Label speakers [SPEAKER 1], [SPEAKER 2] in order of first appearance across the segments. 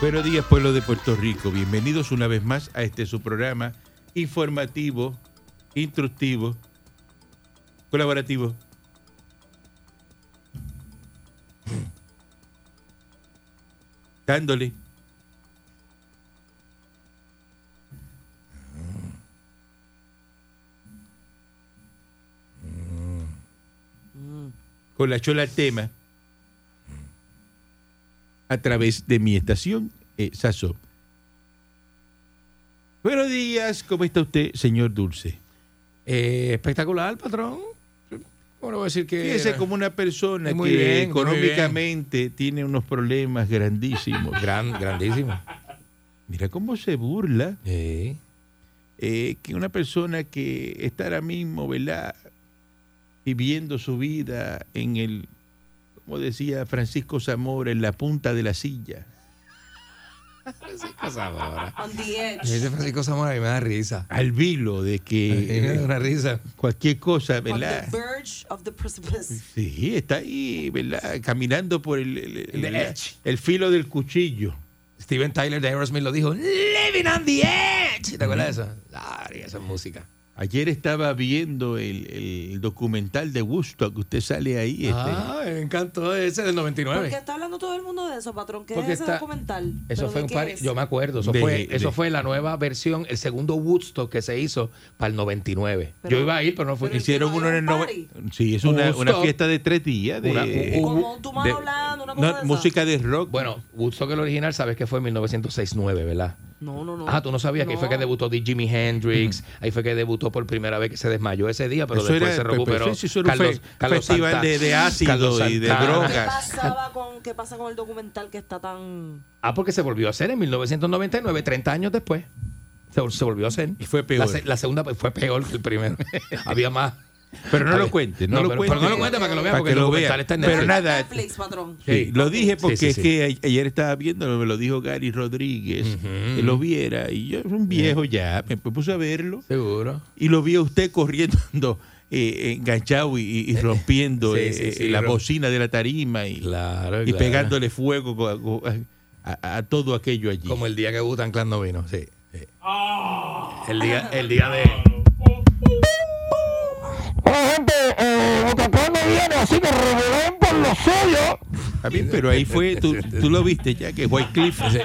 [SPEAKER 1] Buenos días, pueblo de Puerto Rico. Bienvenidos una vez más a este su programa informativo, instructivo, colaborativo. Dándole. Con la chola al tema a través de mi estación, eh, Sasso. Buenos días, ¿cómo está usted, señor Dulce?
[SPEAKER 2] Eh, espectacular, patrón. Bueno, voy a decir que.
[SPEAKER 1] Fíjese como una persona
[SPEAKER 2] Muy
[SPEAKER 1] que
[SPEAKER 2] bien, muy
[SPEAKER 1] económicamente tiene unos problemas grandísimos.
[SPEAKER 2] Gran, grandísimo.
[SPEAKER 1] Mira cómo se burla
[SPEAKER 2] Sí.
[SPEAKER 1] eh, que una persona que está ahora mismo, ¿verdad? Viviendo su vida en el, como decía Francisco Zamora, en la punta de la silla.
[SPEAKER 2] Francisco Zamora.
[SPEAKER 3] On the edge.
[SPEAKER 2] Ese Francisco Zamora a mí me da risa.
[SPEAKER 1] Al vilo de
[SPEAKER 2] A mí me da
[SPEAKER 1] que eh,
[SPEAKER 2] una risa.
[SPEAKER 1] cualquier cosa,
[SPEAKER 3] On the
[SPEAKER 1] ¿verdad?
[SPEAKER 3] verge of the precipice.
[SPEAKER 1] Sí, está ahí, ¿verdad? Caminando por el, el- el-
[SPEAKER 2] The
[SPEAKER 1] el-
[SPEAKER 2] edge.
[SPEAKER 1] el filo del cuchillo.
[SPEAKER 2] Steven Tyler de Aerosmith lo dijo: Living on the Edge. ¿Te acuerdas de eso? Ah, esa música.
[SPEAKER 1] Ayer estaba viendo el, el documental de Woodstock, usted sale ahí. este,
[SPEAKER 2] Ah, me encantó ese del
[SPEAKER 3] ¿Por qué
[SPEAKER 2] 99.
[SPEAKER 3] está hablando todo el mundo de eso, patrón? ¿Qué
[SPEAKER 2] Porque
[SPEAKER 3] es ese
[SPEAKER 2] está-
[SPEAKER 3] documental?
[SPEAKER 2] Eso
[SPEAKER 3] ¿Pero
[SPEAKER 2] fue
[SPEAKER 3] de
[SPEAKER 2] un
[SPEAKER 3] qué
[SPEAKER 2] par,
[SPEAKER 3] es?
[SPEAKER 2] yo me acuerdo, eso
[SPEAKER 1] De-
[SPEAKER 2] fue
[SPEAKER 1] de-
[SPEAKER 2] eso fue la nueva versión, el segundo Woodstock que se hizo para el 99.
[SPEAKER 3] Pero-
[SPEAKER 2] yo iba a ir, pero no fui.
[SPEAKER 3] pero-
[SPEAKER 1] hicieron
[SPEAKER 3] ¿no
[SPEAKER 1] uno en
[SPEAKER 3] hay
[SPEAKER 1] el
[SPEAKER 3] un
[SPEAKER 1] noven-
[SPEAKER 3] party?
[SPEAKER 1] Sí, es una, una
[SPEAKER 2] Woodstock.
[SPEAKER 1] fiesta de tres días. De,
[SPEAKER 2] Una- un-
[SPEAKER 3] Como un tumano
[SPEAKER 1] de-
[SPEAKER 3] hablando, una
[SPEAKER 1] no,
[SPEAKER 3] cosa de esa.
[SPEAKER 1] música de rock.
[SPEAKER 2] Bueno, Woodstock el original, sabes que fue en 1969, ¿verdad?
[SPEAKER 3] No, no, no.
[SPEAKER 2] Ah, tú no sabías que ahí fue que
[SPEAKER 3] No.
[SPEAKER 2] debutó de Jimi Hendrix, ahí fue que debutó por primera vez que se desmayó ese día, pero
[SPEAKER 1] Eso
[SPEAKER 2] después
[SPEAKER 1] era-
[SPEAKER 2] se recuperó.
[SPEAKER 1] pues, sí, eso era un fe- festival de- de ácido y de
[SPEAKER 2] Santana.
[SPEAKER 1] droga.
[SPEAKER 3] ¿Qué
[SPEAKER 1] drogas.
[SPEAKER 3] pasaba con, ¿Qué pasa con el documental que está tan.
[SPEAKER 2] Ah, porque se volvió a hacer en 1999, 30 años después. Se, vol- se volvió a hacer.
[SPEAKER 1] Y fue peor.
[SPEAKER 2] La, se- la segunda pues, fue peor que el primero. Había más.
[SPEAKER 1] Pero no
[SPEAKER 2] Había-
[SPEAKER 1] lo cuente, no, lo
[SPEAKER 2] pero,
[SPEAKER 1] cuente.
[SPEAKER 2] pero no lo cuente para que lo vean,
[SPEAKER 1] Para
[SPEAKER 2] porque
[SPEAKER 1] que
[SPEAKER 2] el
[SPEAKER 1] lo
[SPEAKER 2] documental
[SPEAKER 1] vean.
[SPEAKER 2] está en
[SPEAKER 1] Pero
[SPEAKER 2] Netflix.
[SPEAKER 1] nada.
[SPEAKER 3] Netflix, patrón.
[SPEAKER 1] Sí, lo dije porque
[SPEAKER 2] sí,
[SPEAKER 1] es
[SPEAKER 2] sí.
[SPEAKER 1] que a- ayer estaba viendo, me lo dijo Gary Rodríguez, que lo viera, y yo era un viejo ya, me puse a verlo.
[SPEAKER 2] Seguro.
[SPEAKER 1] y lo vi a usted corriendo eh, enganchado y, y- y rompiendo
[SPEAKER 2] Sí,
[SPEAKER 1] eh,
[SPEAKER 2] sí, sí,
[SPEAKER 1] eh, la
[SPEAKER 2] rom-
[SPEAKER 1] bocina de la tarima y,
[SPEAKER 2] Claro,
[SPEAKER 1] y
[SPEAKER 2] claro.
[SPEAKER 1] pegándole fuego co- co- a, a- a todo aquello allí.
[SPEAKER 2] Como el día que Butan Clan no vino, sí. sí. El, día, el día de.
[SPEAKER 4] gente, eh, Botacán no viene, así que revolven por los suyos.
[SPEAKER 1] Está bien, pero ahí fue, tú, tú lo viste ya, que Wycliffe
[SPEAKER 2] Sí.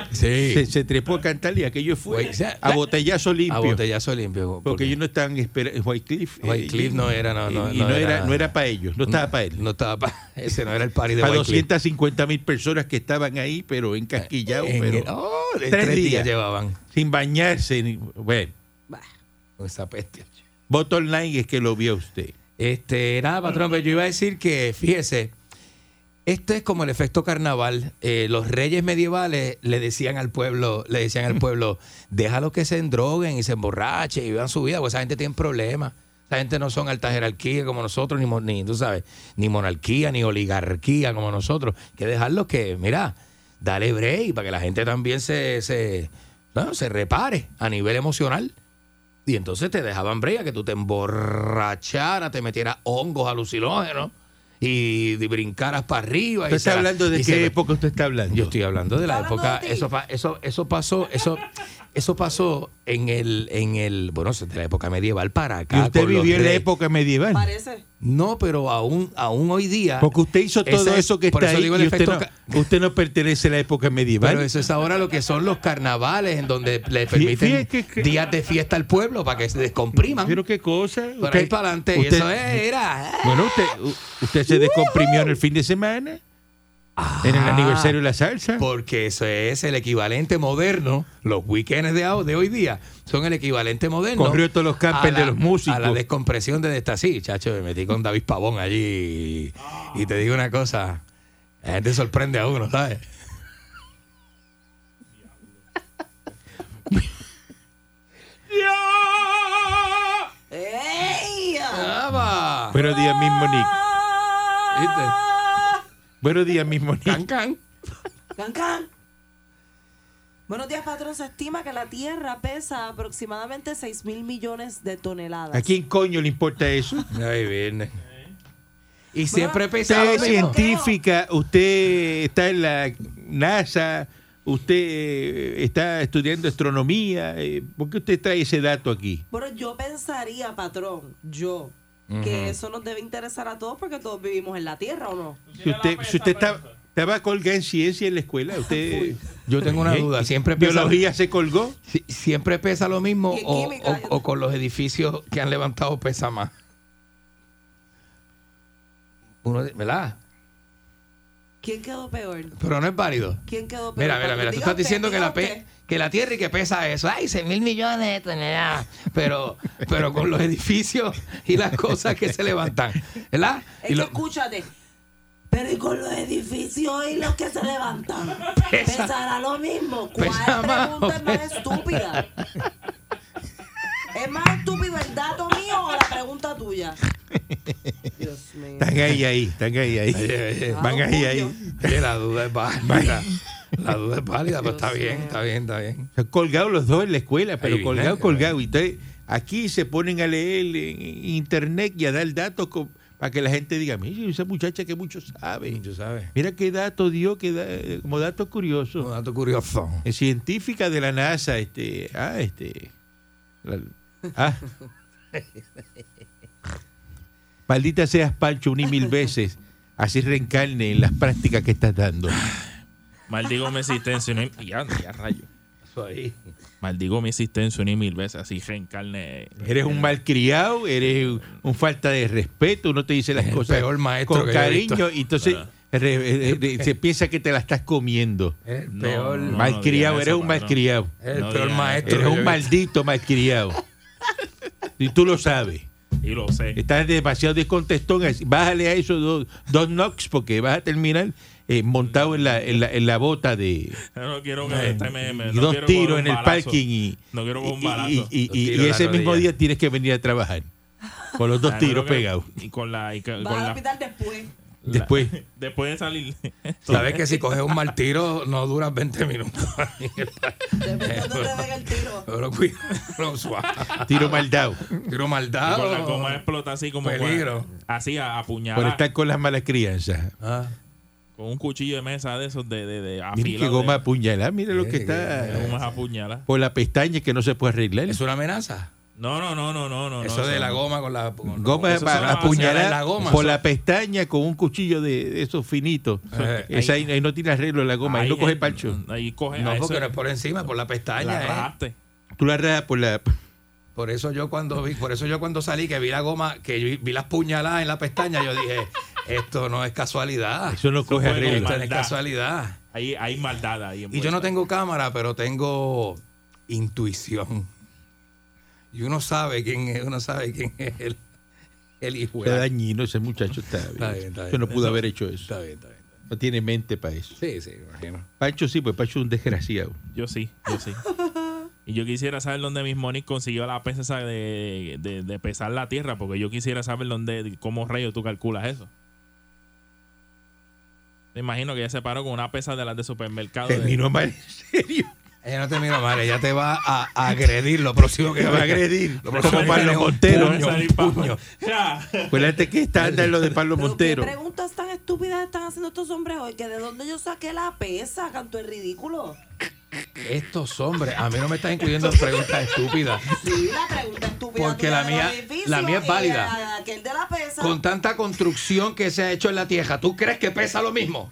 [SPEAKER 1] se, se trepó a cantar y aquello fue
[SPEAKER 2] Güey, o sea,
[SPEAKER 1] a botellazo limpio.
[SPEAKER 2] A Ah, botellazo limpio.
[SPEAKER 1] porque ellos no estaban esperando. Wycliffe, eh,
[SPEAKER 2] Wycliffe no era, no,
[SPEAKER 1] y-
[SPEAKER 2] no,
[SPEAKER 1] y no,
[SPEAKER 2] no
[SPEAKER 1] era,
[SPEAKER 2] era-
[SPEAKER 1] no era para ellos, no estaba para él.
[SPEAKER 2] No estaba Mm. pa- Ese no era el party de
[SPEAKER 1] para
[SPEAKER 2] Wycliffe.
[SPEAKER 1] 250 mil personas que estaban ahí, pero encasquillados,
[SPEAKER 2] En
[SPEAKER 1] pero
[SPEAKER 2] el- oh, tres,
[SPEAKER 1] tres
[SPEAKER 2] días.
[SPEAKER 1] días.
[SPEAKER 2] llevaban
[SPEAKER 1] sin bañarse. ni- bueno.
[SPEAKER 3] Bah.
[SPEAKER 2] con esa peste.
[SPEAKER 1] Bottom line es que lo vio usted.
[SPEAKER 2] Este, nada, patrón, pero yo iba a decir que, fíjese, esto es como el efecto carnaval. Eh, los reyes medievales le decían al pueblo, le decían al pueblo, déjalo que se endroguen y se emborrachen y vean su vida, porque esa gente tiene problemas. Esa gente no son alta jerarquía como nosotros, ni, mo- ni tú sabes, ni monarquía, ni oligarquía como nosotros. Hay que dejarlos que, mira, dale break para que la gente también se, se, ¿no? se repare a nivel emocional. Y entonces te dejaban brea que tú te emborracharas, te metieras hongos alucinógenos y, de- brincaras para arriba. y
[SPEAKER 1] ¿Usted está
[SPEAKER 2] se la-
[SPEAKER 1] hablando de
[SPEAKER 2] y se
[SPEAKER 1] qué
[SPEAKER 2] la-
[SPEAKER 1] época usted está hablando?
[SPEAKER 2] Yo estoy hablando de la
[SPEAKER 3] ¿Está hablando
[SPEAKER 2] época.
[SPEAKER 3] de ti?
[SPEAKER 2] Eso, pa- eso, eso pasó, eso, eso pasó en el, en el, bueno, de la época medieval para acá.
[SPEAKER 1] ¿Y usted
[SPEAKER 2] con los
[SPEAKER 1] vivió en la
[SPEAKER 2] reyes.
[SPEAKER 1] época medieval?
[SPEAKER 3] Parece.
[SPEAKER 2] No, pero aún, aún hoy día.
[SPEAKER 1] Porque usted hizo todo
[SPEAKER 2] Ese es-
[SPEAKER 1] eso que
[SPEAKER 2] por
[SPEAKER 1] está
[SPEAKER 2] eso
[SPEAKER 1] ahí
[SPEAKER 2] digo el
[SPEAKER 1] y usted
[SPEAKER 2] efecto
[SPEAKER 1] no,
[SPEAKER 2] ca-
[SPEAKER 1] usted no pertenece a la época medieval.
[SPEAKER 2] Pero eso es ahora lo que son los carnavales, en donde
[SPEAKER 1] fíjate
[SPEAKER 2] le permiten
[SPEAKER 1] que- que-
[SPEAKER 2] días de fiesta al pueblo para que se descompriman.
[SPEAKER 1] Pero qué cosa.
[SPEAKER 2] Por ahí para adelante. Y
[SPEAKER 1] usted-
[SPEAKER 2] eso es, era. eh.
[SPEAKER 1] Bueno, usted, u- usted se descomprimió en el fin de semana, en el
[SPEAKER 2] Ah,
[SPEAKER 1] aniversario de la salsa.
[SPEAKER 2] Porque eso es el equivalente moderno. Los weekends de, ahora- de hoy día son el equivalente moderno.
[SPEAKER 1] Corrió todos los campers
[SPEAKER 2] a
[SPEAKER 1] de los músicos.
[SPEAKER 2] A la descompresión de esta. Sí, chacho, me metí con David Pavón allí. Y, y te digo una cosa. La gente sorprende a uno, ¿sabes?
[SPEAKER 3] ¡Ey!
[SPEAKER 2] ¡Aba!
[SPEAKER 1] Buenos días, mismo Nick.
[SPEAKER 3] Ah,
[SPEAKER 1] Buenos días, mismo Nick.
[SPEAKER 2] can!
[SPEAKER 3] can, can. Buenos días, patrón. Se estima que la Tierra pesa aproximadamente 6 mil millones de toneladas.
[SPEAKER 1] ¿A quién coño le importa eso?
[SPEAKER 2] Ay, viernes. Y siempre pensaba
[SPEAKER 1] Usted es
[SPEAKER 3] Pero-
[SPEAKER 1] científica, usted está en la NASA, usted eh, está estudiando astronomía. eh, ¿Por qué usted trae ese dato aquí?
[SPEAKER 3] Bueno, yo pensaría, patrón, yo, que eso nos debe interesar a todos porque todos vivimos en la Tierra, ¿o no?
[SPEAKER 1] Si usted, si usted está- estaba colgada en ciencia en la escuela, usted...
[SPEAKER 2] Yo tengo una
[SPEAKER 1] ¿Eh?
[SPEAKER 2] duda. Siempre pesa,
[SPEAKER 1] ¿Biología se colgó?
[SPEAKER 2] si- siempre pesa lo mismo
[SPEAKER 3] Y en
[SPEAKER 2] o,
[SPEAKER 3] química,
[SPEAKER 2] o-
[SPEAKER 3] yo-
[SPEAKER 2] o con los edificios que han levantado pesa más. Uno, de- ¿Verdad?
[SPEAKER 3] ¿Quién quedó peor?
[SPEAKER 2] Pero no es válido.
[SPEAKER 3] ¿Quién quedó peor?
[SPEAKER 2] Mira, mira, mira, tú
[SPEAKER 3] Diga
[SPEAKER 2] estás
[SPEAKER 3] usted,
[SPEAKER 2] diciendo que
[SPEAKER 3] diga
[SPEAKER 2] la, pe-
[SPEAKER 3] usted.
[SPEAKER 2] que la tierra y que pesa eso. ¡Ay, 6 mil millones de toneladas! Pero, pero con los edificios y las cosas que se levantan, ¿verdad?
[SPEAKER 3] Es
[SPEAKER 2] Y
[SPEAKER 3] que
[SPEAKER 2] lo-
[SPEAKER 3] escúchate. Pero y con los edificios y los que se levantan.
[SPEAKER 2] Pesa-
[SPEAKER 3] Pensará lo mismo. ¿Cuál
[SPEAKER 2] pesa más
[SPEAKER 3] pregunta es más estúpida? ¿Es más estúpido el dato mío o la pregunta tuya? Dios mío.
[SPEAKER 1] Están ahí, ahí, están ahí, ahí.
[SPEAKER 2] Oye, oye,
[SPEAKER 1] Van ahí, ahí.
[SPEAKER 2] oye, la duda es válida. La duda es válida, pero está bien, está bien, está bien.
[SPEAKER 1] Colgados los dos en la escuela, pero
[SPEAKER 2] Ahí,
[SPEAKER 1] colgados,
[SPEAKER 2] ¿verdad?
[SPEAKER 1] colgados. Y entonces, aquí se ponen a leer en internet y a dar datos co- para que la gente diga, mire, esa muchacha que mucho sabe.
[SPEAKER 2] Tú sabes.
[SPEAKER 1] Mira qué dato dio, qué da- eh, como dato
[SPEAKER 2] Un
[SPEAKER 1] curioso.
[SPEAKER 2] dato curioso.
[SPEAKER 1] Es científica de la NASA, este, ah, este, la- ah. Maldita seas, Pancho, un y mil veces. Así reencarne en las prácticas que estás dando.
[SPEAKER 5] Maldigo mi existencia una y ya, ya rayo.
[SPEAKER 2] Eso ahí.
[SPEAKER 5] Maldigo mi existencia una y mil veces, así reencarne.
[SPEAKER 1] Eres un malcriado, eres un, un falta de respeto, uno te dice las
[SPEAKER 2] El
[SPEAKER 1] cosas
[SPEAKER 2] peor maestro
[SPEAKER 1] con
[SPEAKER 2] que yo he
[SPEAKER 1] cariño
[SPEAKER 2] visto.
[SPEAKER 1] y entonces re- re- re- se piensa que te la estás comiendo.
[SPEAKER 2] Eres el
[SPEAKER 5] No,
[SPEAKER 2] peor,
[SPEAKER 5] no,
[SPEAKER 1] malcriado, eres
[SPEAKER 5] digas eso,
[SPEAKER 1] un
[SPEAKER 5] patrón.
[SPEAKER 1] malcriado.
[SPEAKER 2] Eh, el
[SPEAKER 5] no
[SPEAKER 2] peor
[SPEAKER 5] digas-
[SPEAKER 2] maestro.
[SPEAKER 1] Eres
[SPEAKER 2] que yo
[SPEAKER 1] un
[SPEAKER 2] he
[SPEAKER 1] maldito malcriado. Y tú lo sabes.
[SPEAKER 5] Y lo sé.
[SPEAKER 1] Estás demasiado descontestón. así, Bájale a esos dos, dos knocks porque vas a terminar eh, montado en la, en, la, en la bota de
[SPEAKER 5] Yo No quiero que este me, me-
[SPEAKER 1] y
[SPEAKER 5] Eh, no
[SPEAKER 1] dos
[SPEAKER 5] quiero coger
[SPEAKER 1] tiros
[SPEAKER 5] un
[SPEAKER 1] en el
[SPEAKER 5] balazo.
[SPEAKER 1] parking y,
[SPEAKER 5] No quiero coger un
[SPEAKER 1] y- y-
[SPEAKER 5] balazo.
[SPEAKER 1] y-
[SPEAKER 2] Dos
[SPEAKER 1] y-
[SPEAKER 2] tiros
[SPEAKER 1] y
[SPEAKER 2] en la
[SPEAKER 1] ese mismo
[SPEAKER 2] rodilla.
[SPEAKER 1] día tienes que venir a trabajar con los
[SPEAKER 5] O
[SPEAKER 1] dos
[SPEAKER 5] sea, Ah, no
[SPEAKER 1] tiros
[SPEAKER 5] creo que-
[SPEAKER 1] pegados.
[SPEAKER 5] Y con la. y con
[SPEAKER 3] Vas al
[SPEAKER 5] la-
[SPEAKER 3] hospital después.
[SPEAKER 1] Después.
[SPEAKER 5] después de salir.
[SPEAKER 2] visto. Sabes que si coges un mal tiro no duras 20 minutos.
[SPEAKER 3] Después cuando te den el tiro.
[SPEAKER 2] Pero cuidado, suave.
[SPEAKER 1] Tiro mal dado
[SPEAKER 2] Tiro
[SPEAKER 3] Ah, oh,
[SPEAKER 5] y con la goma
[SPEAKER 2] maldado.
[SPEAKER 5] explota así como.
[SPEAKER 2] Peligro.
[SPEAKER 5] cuando- así a, apuñalar.
[SPEAKER 1] por estar con las malas crianzas.
[SPEAKER 2] Ah,
[SPEAKER 5] Con un cuchillo de mesa de esos de. de, de
[SPEAKER 1] Mira
[SPEAKER 5] afilado,
[SPEAKER 1] qué goma
[SPEAKER 5] de-
[SPEAKER 1] apuñalada, mira lo que
[SPEAKER 2] Sí,
[SPEAKER 5] de
[SPEAKER 1] está
[SPEAKER 5] gomas apuñaladas.
[SPEAKER 1] por la pestaña que no se puede arreglar.
[SPEAKER 2] es una amenaza.
[SPEAKER 5] No, no, no, no, no. no
[SPEAKER 2] Eso
[SPEAKER 5] no,
[SPEAKER 2] de la goma con la. con-
[SPEAKER 1] Goma
[SPEAKER 5] Eso son
[SPEAKER 1] pa-
[SPEAKER 5] las
[SPEAKER 1] apuñalada
[SPEAKER 2] baseadas, la goma,
[SPEAKER 1] por
[SPEAKER 2] eso.
[SPEAKER 1] la pestaña con un cuchillo de, de esos finitos.
[SPEAKER 2] Eh,
[SPEAKER 1] Esa ahí, ahí no tiene arreglo la goma, ahí, no coge
[SPEAKER 5] es-
[SPEAKER 1] palcho.
[SPEAKER 5] Ahí coge.
[SPEAKER 2] No,
[SPEAKER 5] a
[SPEAKER 2] porque
[SPEAKER 5] eso
[SPEAKER 2] no es por encima, por la
[SPEAKER 5] La
[SPEAKER 2] pestaña. ¿eh?
[SPEAKER 5] rajaste.
[SPEAKER 1] Tú la rajas por la
[SPEAKER 2] Por eso yo cuando vi, por eso yo cuando salí que vi la goma, que vi, vi las puñaladas en la pestaña, yo dije, esto no es casualidad.
[SPEAKER 1] eso no coge
[SPEAKER 5] fue
[SPEAKER 1] arreglo.
[SPEAKER 2] Esto no es
[SPEAKER 5] maldad.
[SPEAKER 2] casualidad.
[SPEAKER 5] Ahí hay maldad ahí.
[SPEAKER 2] Y yo no tengo cámara, pero tengo intuición. Y uno sabe quién es, uno sabe quién es el, el hijo.
[SPEAKER 1] Está
[SPEAKER 2] de la-
[SPEAKER 1] dañino ese muchacho está bien.
[SPEAKER 2] Está bien, está bien.
[SPEAKER 1] Yo no pudo haber hecho eso.
[SPEAKER 2] Está bien, está bien.
[SPEAKER 1] No tiene mente para eso.
[SPEAKER 2] Sí, sí, me imagino.
[SPEAKER 1] Pancho sí, pues Pancho es un desgraciado.
[SPEAKER 5] Yo sí, yo sí. Y yo quisiera saber dónde mis Monique consiguió la pesa esa de, de- de pesar la tierra, porque yo quisiera saber dónde, cómo rayo tú calculas eso. Me imagino que ella se paró con una pesa de las de supermercado. de-
[SPEAKER 1] Terminó mal, en serio.
[SPEAKER 2] Ella no te mira mal, ella te va a agredir lo próximo que
[SPEAKER 1] Te va a agredir.
[SPEAKER 2] Lo
[SPEAKER 1] Como
[SPEAKER 2] próximo que
[SPEAKER 1] Pablo
[SPEAKER 2] viene es un
[SPEAKER 1] Montero.
[SPEAKER 5] de
[SPEAKER 2] puño,
[SPEAKER 5] salir
[SPEAKER 2] un
[SPEAKER 5] pa-
[SPEAKER 2] puño.
[SPEAKER 5] Ya.
[SPEAKER 1] Acuérdate que está anda en lo de Pablo
[SPEAKER 3] Pero
[SPEAKER 1] Montero.
[SPEAKER 3] ¿Qué preguntas tan estúpidas están haciendo estos hombres hoy? ¿Que de dónde yo saqué la pesa? Canto es ridículo.
[SPEAKER 2] Estos hombres, a mí no me estás incluyendo preguntas estúpidas.
[SPEAKER 3] Sí, la pregunta estúpida.
[SPEAKER 2] Porque
[SPEAKER 3] tuya
[SPEAKER 2] la
[SPEAKER 3] de
[SPEAKER 2] mía-
[SPEAKER 3] los edificios
[SPEAKER 2] la mía es
[SPEAKER 3] y
[SPEAKER 2] válida.
[SPEAKER 3] la- Aquel de la pesa.
[SPEAKER 2] Con tanta construcción que se ha hecho en la tierra, ¿tú crees que pesa lo mismo?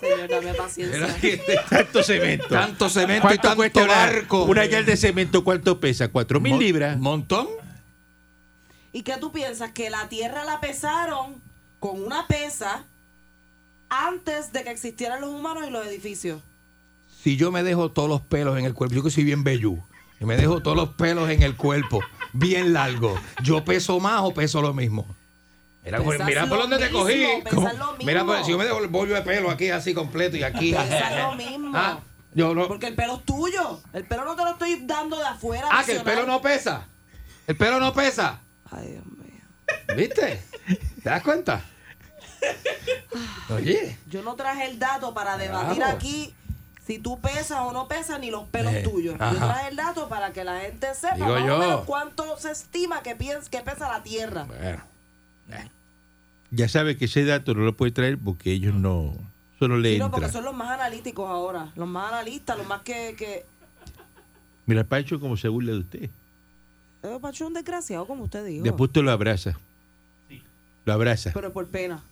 [SPEAKER 3] Señor, dame paciencia.
[SPEAKER 2] Era que este-
[SPEAKER 1] Tanto cemento.
[SPEAKER 2] tanto cemento y
[SPEAKER 1] ¿Cuánto cuesta
[SPEAKER 2] tanto
[SPEAKER 1] una-
[SPEAKER 2] barco.
[SPEAKER 1] Una yarda de cemento, ¿cuánto pesa? Cuatro mil
[SPEAKER 2] Mon-
[SPEAKER 1] libras.
[SPEAKER 2] Montón.
[SPEAKER 3] ¿Y qué tú piensas? Que la tierra la pesaron con una pesa antes de que existieran los humanos y los edificios.
[SPEAKER 2] Si yo me dejo todos los pelos en el cuerpo, yo que soy bien vellú, y me dejo todos los pelos en el cuerpo, bien largo, ¿yo peso más o peso lo mismo? Mira, pues,
[SPEAKER 3] Pesas
[SPEAKER 2] mira por
[SPEAKER 3] lo
[SPEAKER 2] dónde te
[SPEAKER 3] mismo,
[SPEAKER 2] cogí.
[SPEAKER 3] pesas
[SPEAKER 2] ¿Cómo?
[SPEAKER 3] lo
[SPEAKER 2] Mira,
[SPEAKER 3] mismo.
[SPEAKER 2] por- si yo me dejo el bollo de pelo aquí así completo y aquí.
[SPEAKER 3] Pesas lo mismo.
[SPEAKER 2] Ah, yo no.
[SPEAKER 3] Porque el pelo es tuyo. El pelo no te lo estoy dando de afuera.
[SPEAKER 2] Ah, que el pelo no
[SPEAKER 3] adicional.
[SPEAKER 2] pesa. El pelo no pesa.
[SPEAKER 3] Ay, Dios mío.
[SPEAKER 2] ¿Viste? ¿Te das cuenta? Oye.
[SPEAKER 3] Yo no traje el dato para debatir
[SPEAKER 2] Claro.
[SPEAKER 3] aquí si tú pesas o no pesas ni los pelos
[SPEAKER 2] Eh,
[SPEAKER 3] tuyos.
[SPEAKER 2] ajá.
[SPEAKER 3] Yo traje el dato para que la gente sepa
[SPEAKER 2] Digo
[SPEAKER 3] más
[SPEAKER 2] yo.
[SPEAKER 3] o menos cuánto se estima que, piens- que pesa la tierra.
[SPEAKER 2] Bueno.
[SPEAKER 1] Ya sabe que ese dato no lo puede traer porque ellos no. Solo le
[SPEAKER 3] Sí, no,
[SPEAKER 1] entra.
[SPEAKER 3] porque son los más analíticos ahora. Los más analistas, los más que... que...
[SPEAKER 1] Mira, Pancho, como se burla de usted.
[SPEAKER 3] Eh, Pacho es un desgraciado, como usted dijo.
[SPEAKER 1] Después usted lo abraza. Lo abraza.
[SPEAKER 3] Pero por pena.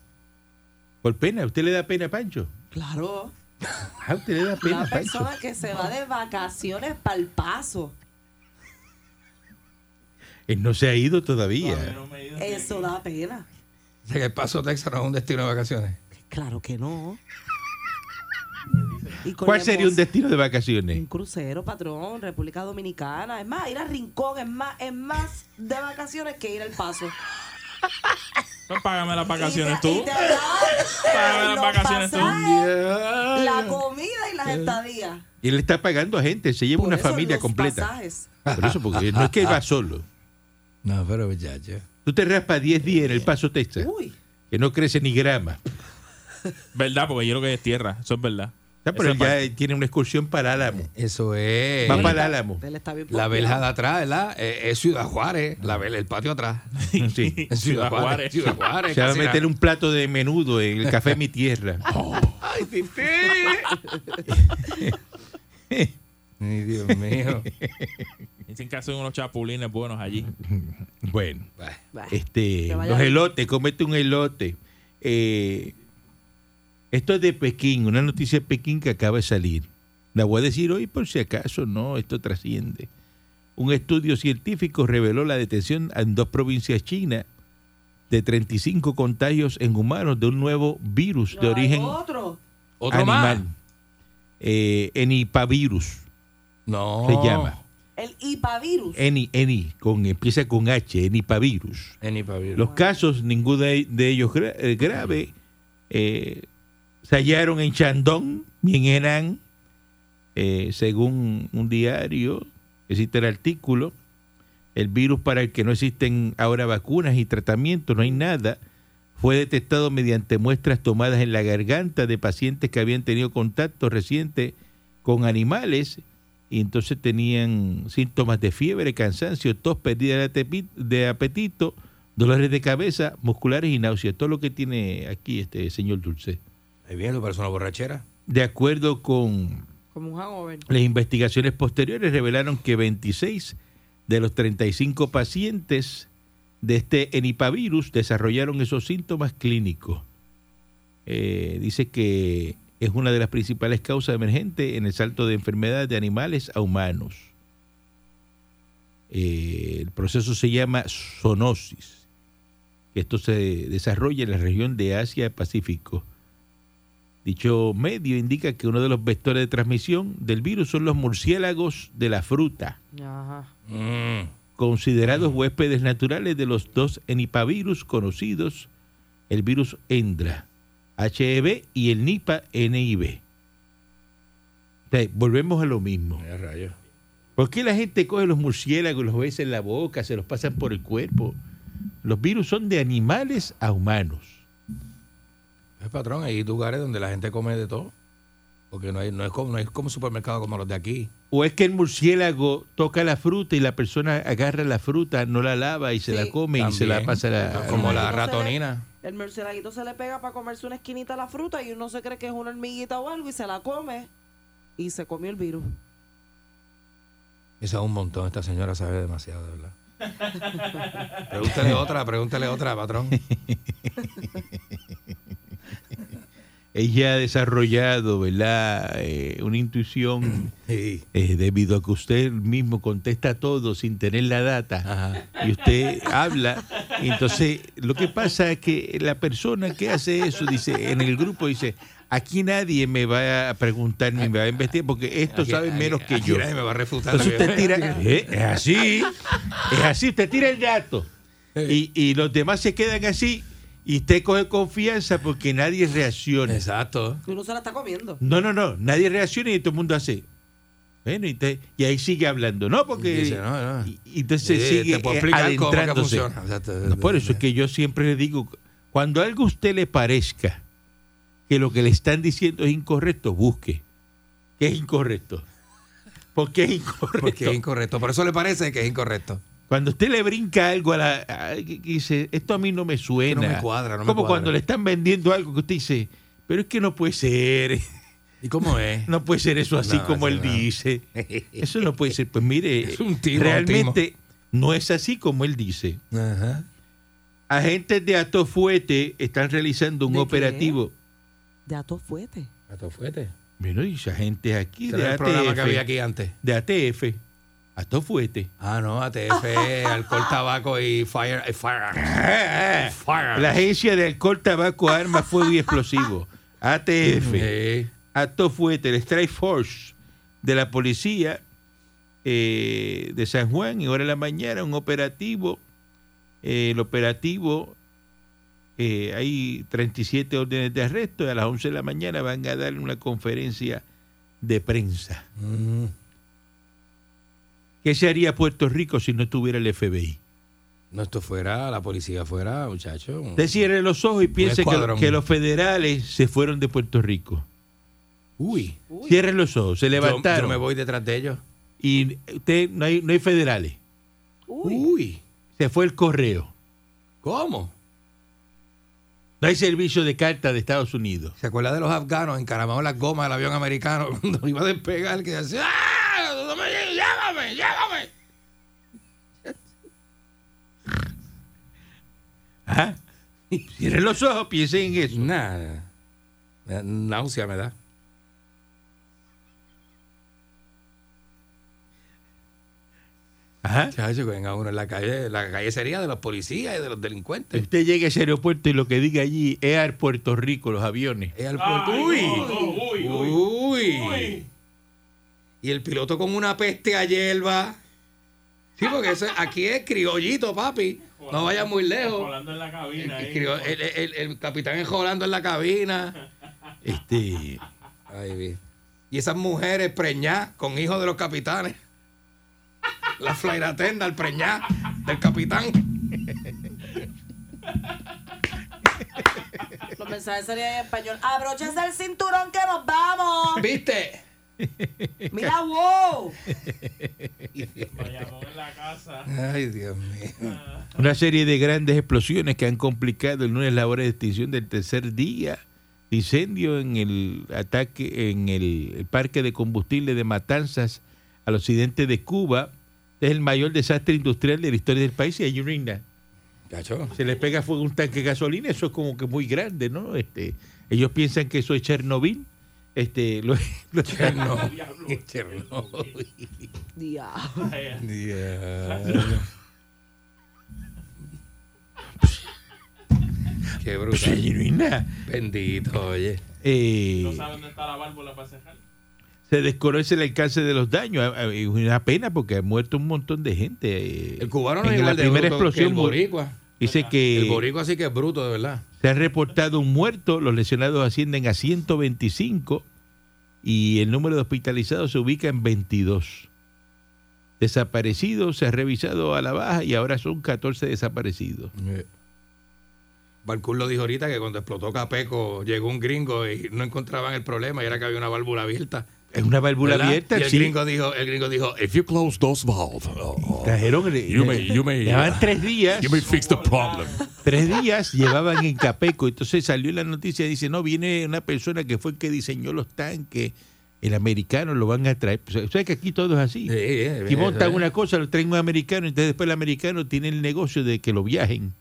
[SPEAKER 1] Por pena. ¿Usted le da pena a Pancho?
[SPEAKER 3] Claro.
[SPEAKER 1] Ah, usted le da pena
[SPEAKER 3] Una
[SPEAKER 1] a Pancho.
[SPEAKER 3] persona que se va de vacaciones para el paso.
[SPEAKER 1] Él Eh, no se ha ido todavía.
[SPEAKER 3] Eso da pena.
[SPEAKER 2] O sea que el Paso Texas no es un destino de vacaciones.
[SPEAKER 3] Claro que no. Y con
[SPEAKER 1] ¿Cuál
[SPEAKER 3] la
[SPEAKER 1] sería un
[SPEAKER 3] emoción-
[SPEAKER 1] destino de vacaciones?
[SPEAKER 3] Un crucero, patrón, República Dominicana. Es más, ir a Rincón es más, es más de vacaciones que ir al paso.
[SPEAKER 5] Pues págame las
[SPEAKER 3] Y
[SPEAKER 5] vacaciones
[SPEAKER 3] te-
[SPEAKER 5] tú.
[SPEAKER 3] y te dan
[SPEAKER 5] Págame las
[SPEAKER 3] los
[SPEAKER 5] vacaciones tú.
[SPEAKER 3] pasajes, La comida y las estadías.
[SPEAKER 1] Y él está pagando a gente, se lleva
[SPEAKER 3] Por
[SPEAKER 1] una
[SPEAKER 3] eso
[SPEAKER 1] familia
[SPEAKER 3] los
[SPEAKER 1] completa.
[SPEAKER 3] pasajes.
[SPEAKER 1] Por eso, porque no es que él va solo.
[SPEAKER 2] No, pero muchacho.
[SPEAKER 1] Tú te raspas 10 días en el Paso Texas,
[SPEAKER 3] Uy,
[SPEAKER 1] que no crece ni grama.
[SPEAKER 5] ¿Verdad? Porque yo creo que es tierra. Eso es verdad.
[SPEAKER 1] Ya, Pero
[SPEAKER 5] Esa
[SPEAKER 1] él
[SPEAKER 5] parte.
[SPEAKER 1] ya tiene una excursión para Álamo.
[SPEAKER 2] Eso es.
[SPEAKER 1] Va para el Álamo.
[SPEAKER 3] él está bien.
[SPEAKER 2] La
[SPEAKER 3] pompeado.
[SPEAKER 2] verja de atrás, ¿verdad? Eh, es Ciudad Juárez. La vela, el patio atrás.
[SPEAKER 1] Sí.
[SPEAKER 2] Es Ciudad,
[SPEAKER 5] Ciudad
[SPEAKER 2] Juárez.
[SPEAKER 5] Juárez.
[SPEAKER 2] Ciudad Juárez.
[SPEAKER 1] Se va a
[SPEAKER 2] casi nada.
[SPEAKER 1] meter un plato de menudo en el café Mi Tierra.
[SPEAKER 2] ¡Ay, Titi! Ay, Dios mío.
[SPEAKER 5] Dicen que hacen unos chapulines buenos allí.
[SPEAKER 1] Bueno,
[SPEAKER 3] Bah,
[SPEAKER 1] este,
[SPEAKER 3] Que vaya
[SPEAKER 1] los
[SPEAKER 3] bien.
[SPEAKER 1] elotes, comete un elote. Eh, esto es de Pekín, una noticia de Pekín que acaba de salir. La voy a decir hoy por si acaso, no, esto trasciende. Un estudio científico reveló la detención en dos provincias chinas de 35 contagios en humanos de un nuevo virus
[SPEAKER 3] no
[SPEAKER 1] de
[SPEAKER 3] hay
[SPEAKER 1] origen
[SPEAKER 3] Otro.
[SPEAKER 2] Otro
[SPEAKER 1] animal.
[SPEAKER 2] más.
[SPEAKER 1] Eh, enipavirus
[SPEAKER 2] No.
[SPEAKER 1] se llama.
[SPEAKER 3] El hipavirus.
[SPEAKER 1] Eni, eni, con, empieza con H, enipavirus.
[SPEAKER 2] Eni Pavir.
[SPEAKER 1] Los casos, ninguno de, de ellos gra- eh, grave, eh, se hallaron en Shandong y en Henan, eh, según un diario, existe el artículo, el virus para el que no existen ahora vacunas y tratamientos, no hay nada, fue detectado mediante muestras tomadas en la garganta de pacientes que habían tenido contacto reciente con animales y entonces tenían síntomas de fiebre, cansancio, tos, pérdida de atepi- de apetito, dolores de cabeza, musculares y náuseas. Todo lo que tiene aquí este señor Dulce.
[SPEAKER 2] Ahí viene, lo parece una borrachera.
[SPEAKER 1] De acuerdo con
[SPEAKER 3] Como un hangover.
[SPEAKER 1] las investigaciones posteriores revelaron que 26 de los 35 pacientes de este enipavirus desarrollaron esos síntomas clínicos. Eh, dice que es una de las principales causas emergentes en el salto de enfermedades de animales a humanos. Eh, el proceso se llama zoonosis. Esto se desarrolla en la región de Asia-Pacífico. Dicho medio indica que uno de los vectores de transmisión del virus son los murciélagos de la fruta,
[SPEAKER 3] Ajá.
[SPEAKER 2] Mm.
[SPEAKER 1] considerados huéspedes naturales de los dos enipavirus conocidos, el virus Endra, HEB, y el Nipa, NIB. O sea, volvemos a lo mismo.
[SPEAKER 2] Mira, rayo.
[SPEAKER 1] ¿Por qué la gente coge los murciélagos, los besa en la boca, se los pasan por el cuerpo? Los virus son de animales a humanos.
[SPEAKER 2] Es patrón, hay lugares donde la gente come de todo. Porque no, hay, no, es como, no es como supermercado como los de aquí.
[SPEAKER 1] ¿O es que el murciélago toca la fruta y la persona agarra la fruta, no la lava y se
[SPEAKER 3] Sí.
[SPEAKER 1] la come y se
[SPEAKER 2] También.
[SPEAKER 1] la pasa a la...
[SPEAKER 2] Como la
[SPEAKER 3] Ay, no se ve.
[SPEAKER 2] ratonina.
[SPEAKER 3] El murcielaguito se le pega para comerse una esquinita a la fruta y uno se cree que es una hormiguita o algo y se la come y se comió el virus.
[SPEAKER 2] Esa es un montón, esta señora sabe demasiado, de verdad. Pregúntale otra, pregúntale otra, patrón.
[SPEAKER 1] Ella ha desarrollado, ¿verdad? Eh, una intuición
[SPEAKER 2] Sí.
[SPEAKER 1] eh, debido a que usted mismo contesta todo sin tener la data.
[SPEAKER 2] Ajá.
[SPEAKER 1] y usted habla. y entonces, lo que pasa es que la persona que hace eso dice en el grupo dice, aquí nadie me va a preguntar ni me va a investigar porque esto
[SPEAKER 2] Aquí-
[SPEAKER 1] sabe
[SPEAKER 2] aquí-
[SPEAKER 1] menos que
[SPEAKER 2] aquí
[SPEAKER 1] yo.
[SPEAKER 2] nadie me va a refutar.
[SPEAKER 1] Entonces
[SPEAKER 2] lo que
[SPEAKER 1] usted tira, eh, es así, es así, usted tira el dato y, y los demás se quedan así Y usted coge confianza porque nadie reacciona.
[SPEAKER 2] Exacto.
[SPEAKER 3] Y uno se la está comiendo.
[SPEAKER 1] No, no, no. Nadie reacciona y todo el mundo hace. Bueno, y, te- y ahí sigue hablando, ¿no?
[SPEAKER 2] Y
[SPEAKER 1] Porque.
[SPEAKER 2] dice, no, no.
[SPEAKER 1] y- y entonces
[SPEAKER 2] Sí,
[SPEAKER 1] sigue
[SPEAKER 2] te puedo
[SPEAKER 1] eh,
[SPEAKER 2] explicar cómo es que
[SPEAKER 1] adentrándose.
[SPEAKER 2] funciona. Exacto.
[SPEAKER 1] No, por eso es que yo siempre le digo: cuando algo a usted le parezca que lo que le están diciendo es incorrecto, busque. que es incorrecto? Porque es incorrecto?
[SPEAKER 2] Porque es incorrecto. Por eso le parece que es incorrecto.
[SPEAKER 1] Cuando usted le brinca algo a la. a- que- que dice, esto a mí no me suena.
[SPEAKER 2] Que no me cuadra, no me
[SPEAKER 1] Como
[SPEAKER 2] cuadra.
[SPEAKER 1] cuando le están vendiendo algo que usted dice, pero es que no puede ser.
[SPEAKER 2] ¿Y cómo es?
[SPEAKER 1] No puede ser eso así
[SPEAKER 2] No,
[SPEAKER 1] como
[SPEAKER 2] eso
[SPEAKER 1] él
[SPEAKER 2] no.
[SPEAKER 1] dice. Eso no puede ser. Pues mire,
[SPEAKER 2] Es un timo,
[SPEAKER 1] realmente no es así como él dice.
[SPEAKER 2] Ajá.
[SPEAKER 1] Agentes de Atofuete están realizando un
[SPEAKER 3] ¿De qué?
[SPEAKER 1] operativo.
[SPEAKER 3] De ato fuerte.
[SPEAKER 2] Gato fuerte.
[SPEAKER 1] Bueno, dice agentes aquí
[SPEAKER 2] Ese
[SPEAKER 1] de
[SPEAKER 2] era el programa que había
[SPEAKER 1] ATF.
[SPEAKER 2] aquí antes.
[SPEAKER 1] De ATF. Atofuete.
[SPEAKER 2] Ah, no, ATF, alcohol, tabaco y fire. eh, fire.
[SPEAKER 1] Ah, ah.
[SPEAKER 2] Fire.
[SPEAKER 1] La Agencia de Alcohol, Tabaco, Armas, Fuego y Explosivos. ATF.
[SPEAKER 2] Sí.
[SPEAKER 1] acto fuerte, el Strike Force de la policía eh, de San Juan, y ahora en la mañana, un operativo. eh, el operativo, eh, hay 37 órdenes de arresto, y a las 11 de la mañana van a dar una conferencia de prensa.
[SPEAKER 2] Mm.
[SPEAKER 1] ¿Qué sería Puerto Rico si no estuviera el FBI?
[SPEAKER 2] No, esto fuera, la policía fuera, muchacho.
[SPEAKER 1] Usted cierre los ojos y piense que,
[SPEAKER 2] Mm. escuadrón.
[SPEAKER 1] que los federales se fueron de Puerto Rico.
[SPEAKER 2] Uy.
[SPEAKER 1] Cierre los ojos, se
[SPEAKER 2] Yo-
[SPEAKER 1] levantaron.
[SPEAKER 2] Yo, me voy detrás de ellos.
[SPEAKER 1] Y usted, no, hay, no hay federales.
[SPEAKER 3] Uy.
[SPEAKER 1] Se fue el correo.
[SPEAKER 2] ¿Cómo?
[SPEAKER 1] No hay servicio de carta de Estados Unidos.
[SPEAKER 2] ¿Se acuerda de los afganos encaramados en las gomas del avión americano cuando iba a despegar? Que decía, ¡ah! No me llegues, ¡Llévame, llévame! ¿Ah?
[SPEAKER 1] Ajá. Cierren los ojos, piensen en eso.
[SPEAKER 2] Nada. Me da- Náusea me da.
[SPEAKER 1] Ajá.
[SPEAKER 2] Chacho, que venga uno en la calle. La calle sería de los policías y de los delincuentes.
[SPEAKER 1] Usted llega a ese aeropuerto y lo que diga allí es Air Puerto Rico, los aviones.
[SPEAKER 2] Es al puerto.
[SPEAKER 5] uy,
[SPEAKER 2] uy, uy. Y el piloto con una peste a hierba. Sí, porque eso, aquí es criollito, papi. No vayas muy lejos.
[SPEAKER 5] Volando en la
[SPEAKER 2] El,
[SPEAKER 5] cabina. ahí.
[SPEAKER 2] criollo- el- el- el capitán enjolando en la cabina.
[SPEAKER 1] Este,
[SPEAKER 2] Ay, vi. y esas mujeres preñadas con hijos de los capitanes. La flairatenda, el preñá del capitán.
[SPEAKER 3] Los mensajes serían en español. Abróchense el cinturón que nos vamos.
[SPEAKER 2] ¿Viste?
[SPEAKER 3] Mira, wow.
[SPEAKER 5] Bayamón en la casa.
[SPEAKER 2] Ay, Dios mío.
[SPEAKER 1] una serie de grandes explosiones que han complicado el lunes la hora de extinción del tercer día de incendio en el ataque en el, el parque de combustible de Matanzas al occidente de Cuba. Es el mayor desastre industrial de la historia del país y hay una
[SPEAKER 2] Chacho.
[SPEAKER 1] se les pega fuego a un tanque de gasolina, eso es como que muy grande, ¿no? Este, ellos piensan que eso es Chernobyl. Este, lo- lo-
[SPEAKER 2] Chernobyl. Chernobyl.
[SPEAKER 3] Diablo.
[SPEAKER 2] Diablo. Qué brutal.
[SPEAKER 1] Genuina.
[SPEAKER 2] Bendito, oye.
[SPEAKER 1] Eh,
[SPEAKER 5] No saben dónde está la válvula para cerrar.
[SPEAKER 1] se desconoce el alcance de los daños. Ah, ah, Es una pena porque ha muerto un montón de gente. eh.
[SPEAKER 2] El cubano no
[SPEAKER 1] En
[SPEAKER 2] es igual
[SPEAKER 1] la
[SPEAKER 2] de
[SPEAKER 1] primera
[SPEAKER 2] bruto que
[SPEAKER 1] explosión
[SPEAKER 2] el
[SPEAKER 1] mu-
[SPEAKER 2] boricua.
[SPEAKER 1] Dice
[SPEAKER 2] El
[SPEAKER 1] que
[SPEAKER 2] boricua sí que es bruto, de verdad.
[SPEAKER 1] se han reportado un muerto, los lesionados ascienden a 125 y el número de hospitalizados se ubica en 22. Desaparecidos se ha revisado a la baja y ahora son 14 desaparecidos.
[SPEAKER 2] Barcul lo dijo ahorita que cuando explotó Capeco llegó un gringo y no encontraban el problema y era que había una válvula abierta.
[SPEAKER 1] Es una válvula
[SPEAKER 2] ¿verdad?
[SPEAKER 1] abierta,
[SPEAKER 2] y el
[SPEAKER 1] sí.
[SPEAKER 2] gringo dijo, el gringo dijo, "Eh, if you close those valves, oh, oh,
[SPEAKER 1] Trajeron. eh,
[SPEAKER 2] you may, you may,
[SPEAKER 1] Llevaban
[SPEAKER 2] uh,
[SPEAKER 1] tres días.
[SPEAKER 2] you may fix the problem.
[SPEAKER 1] Tres días llevaban en Capeco. Entonces salió la noticia y dice: No, viene una persona que fue el que diseñó los tanques. El americano lo van a traer. O sea que aquí todo es así.
[SPEAKER 2] Sí, eh,
[SPEAKER 1] Y montan
[SPEAKER 2] eh,
[SPEAKER 1] una cosa, lo traen un americano, entonces después el americano tiene el negocio de que lo viajen.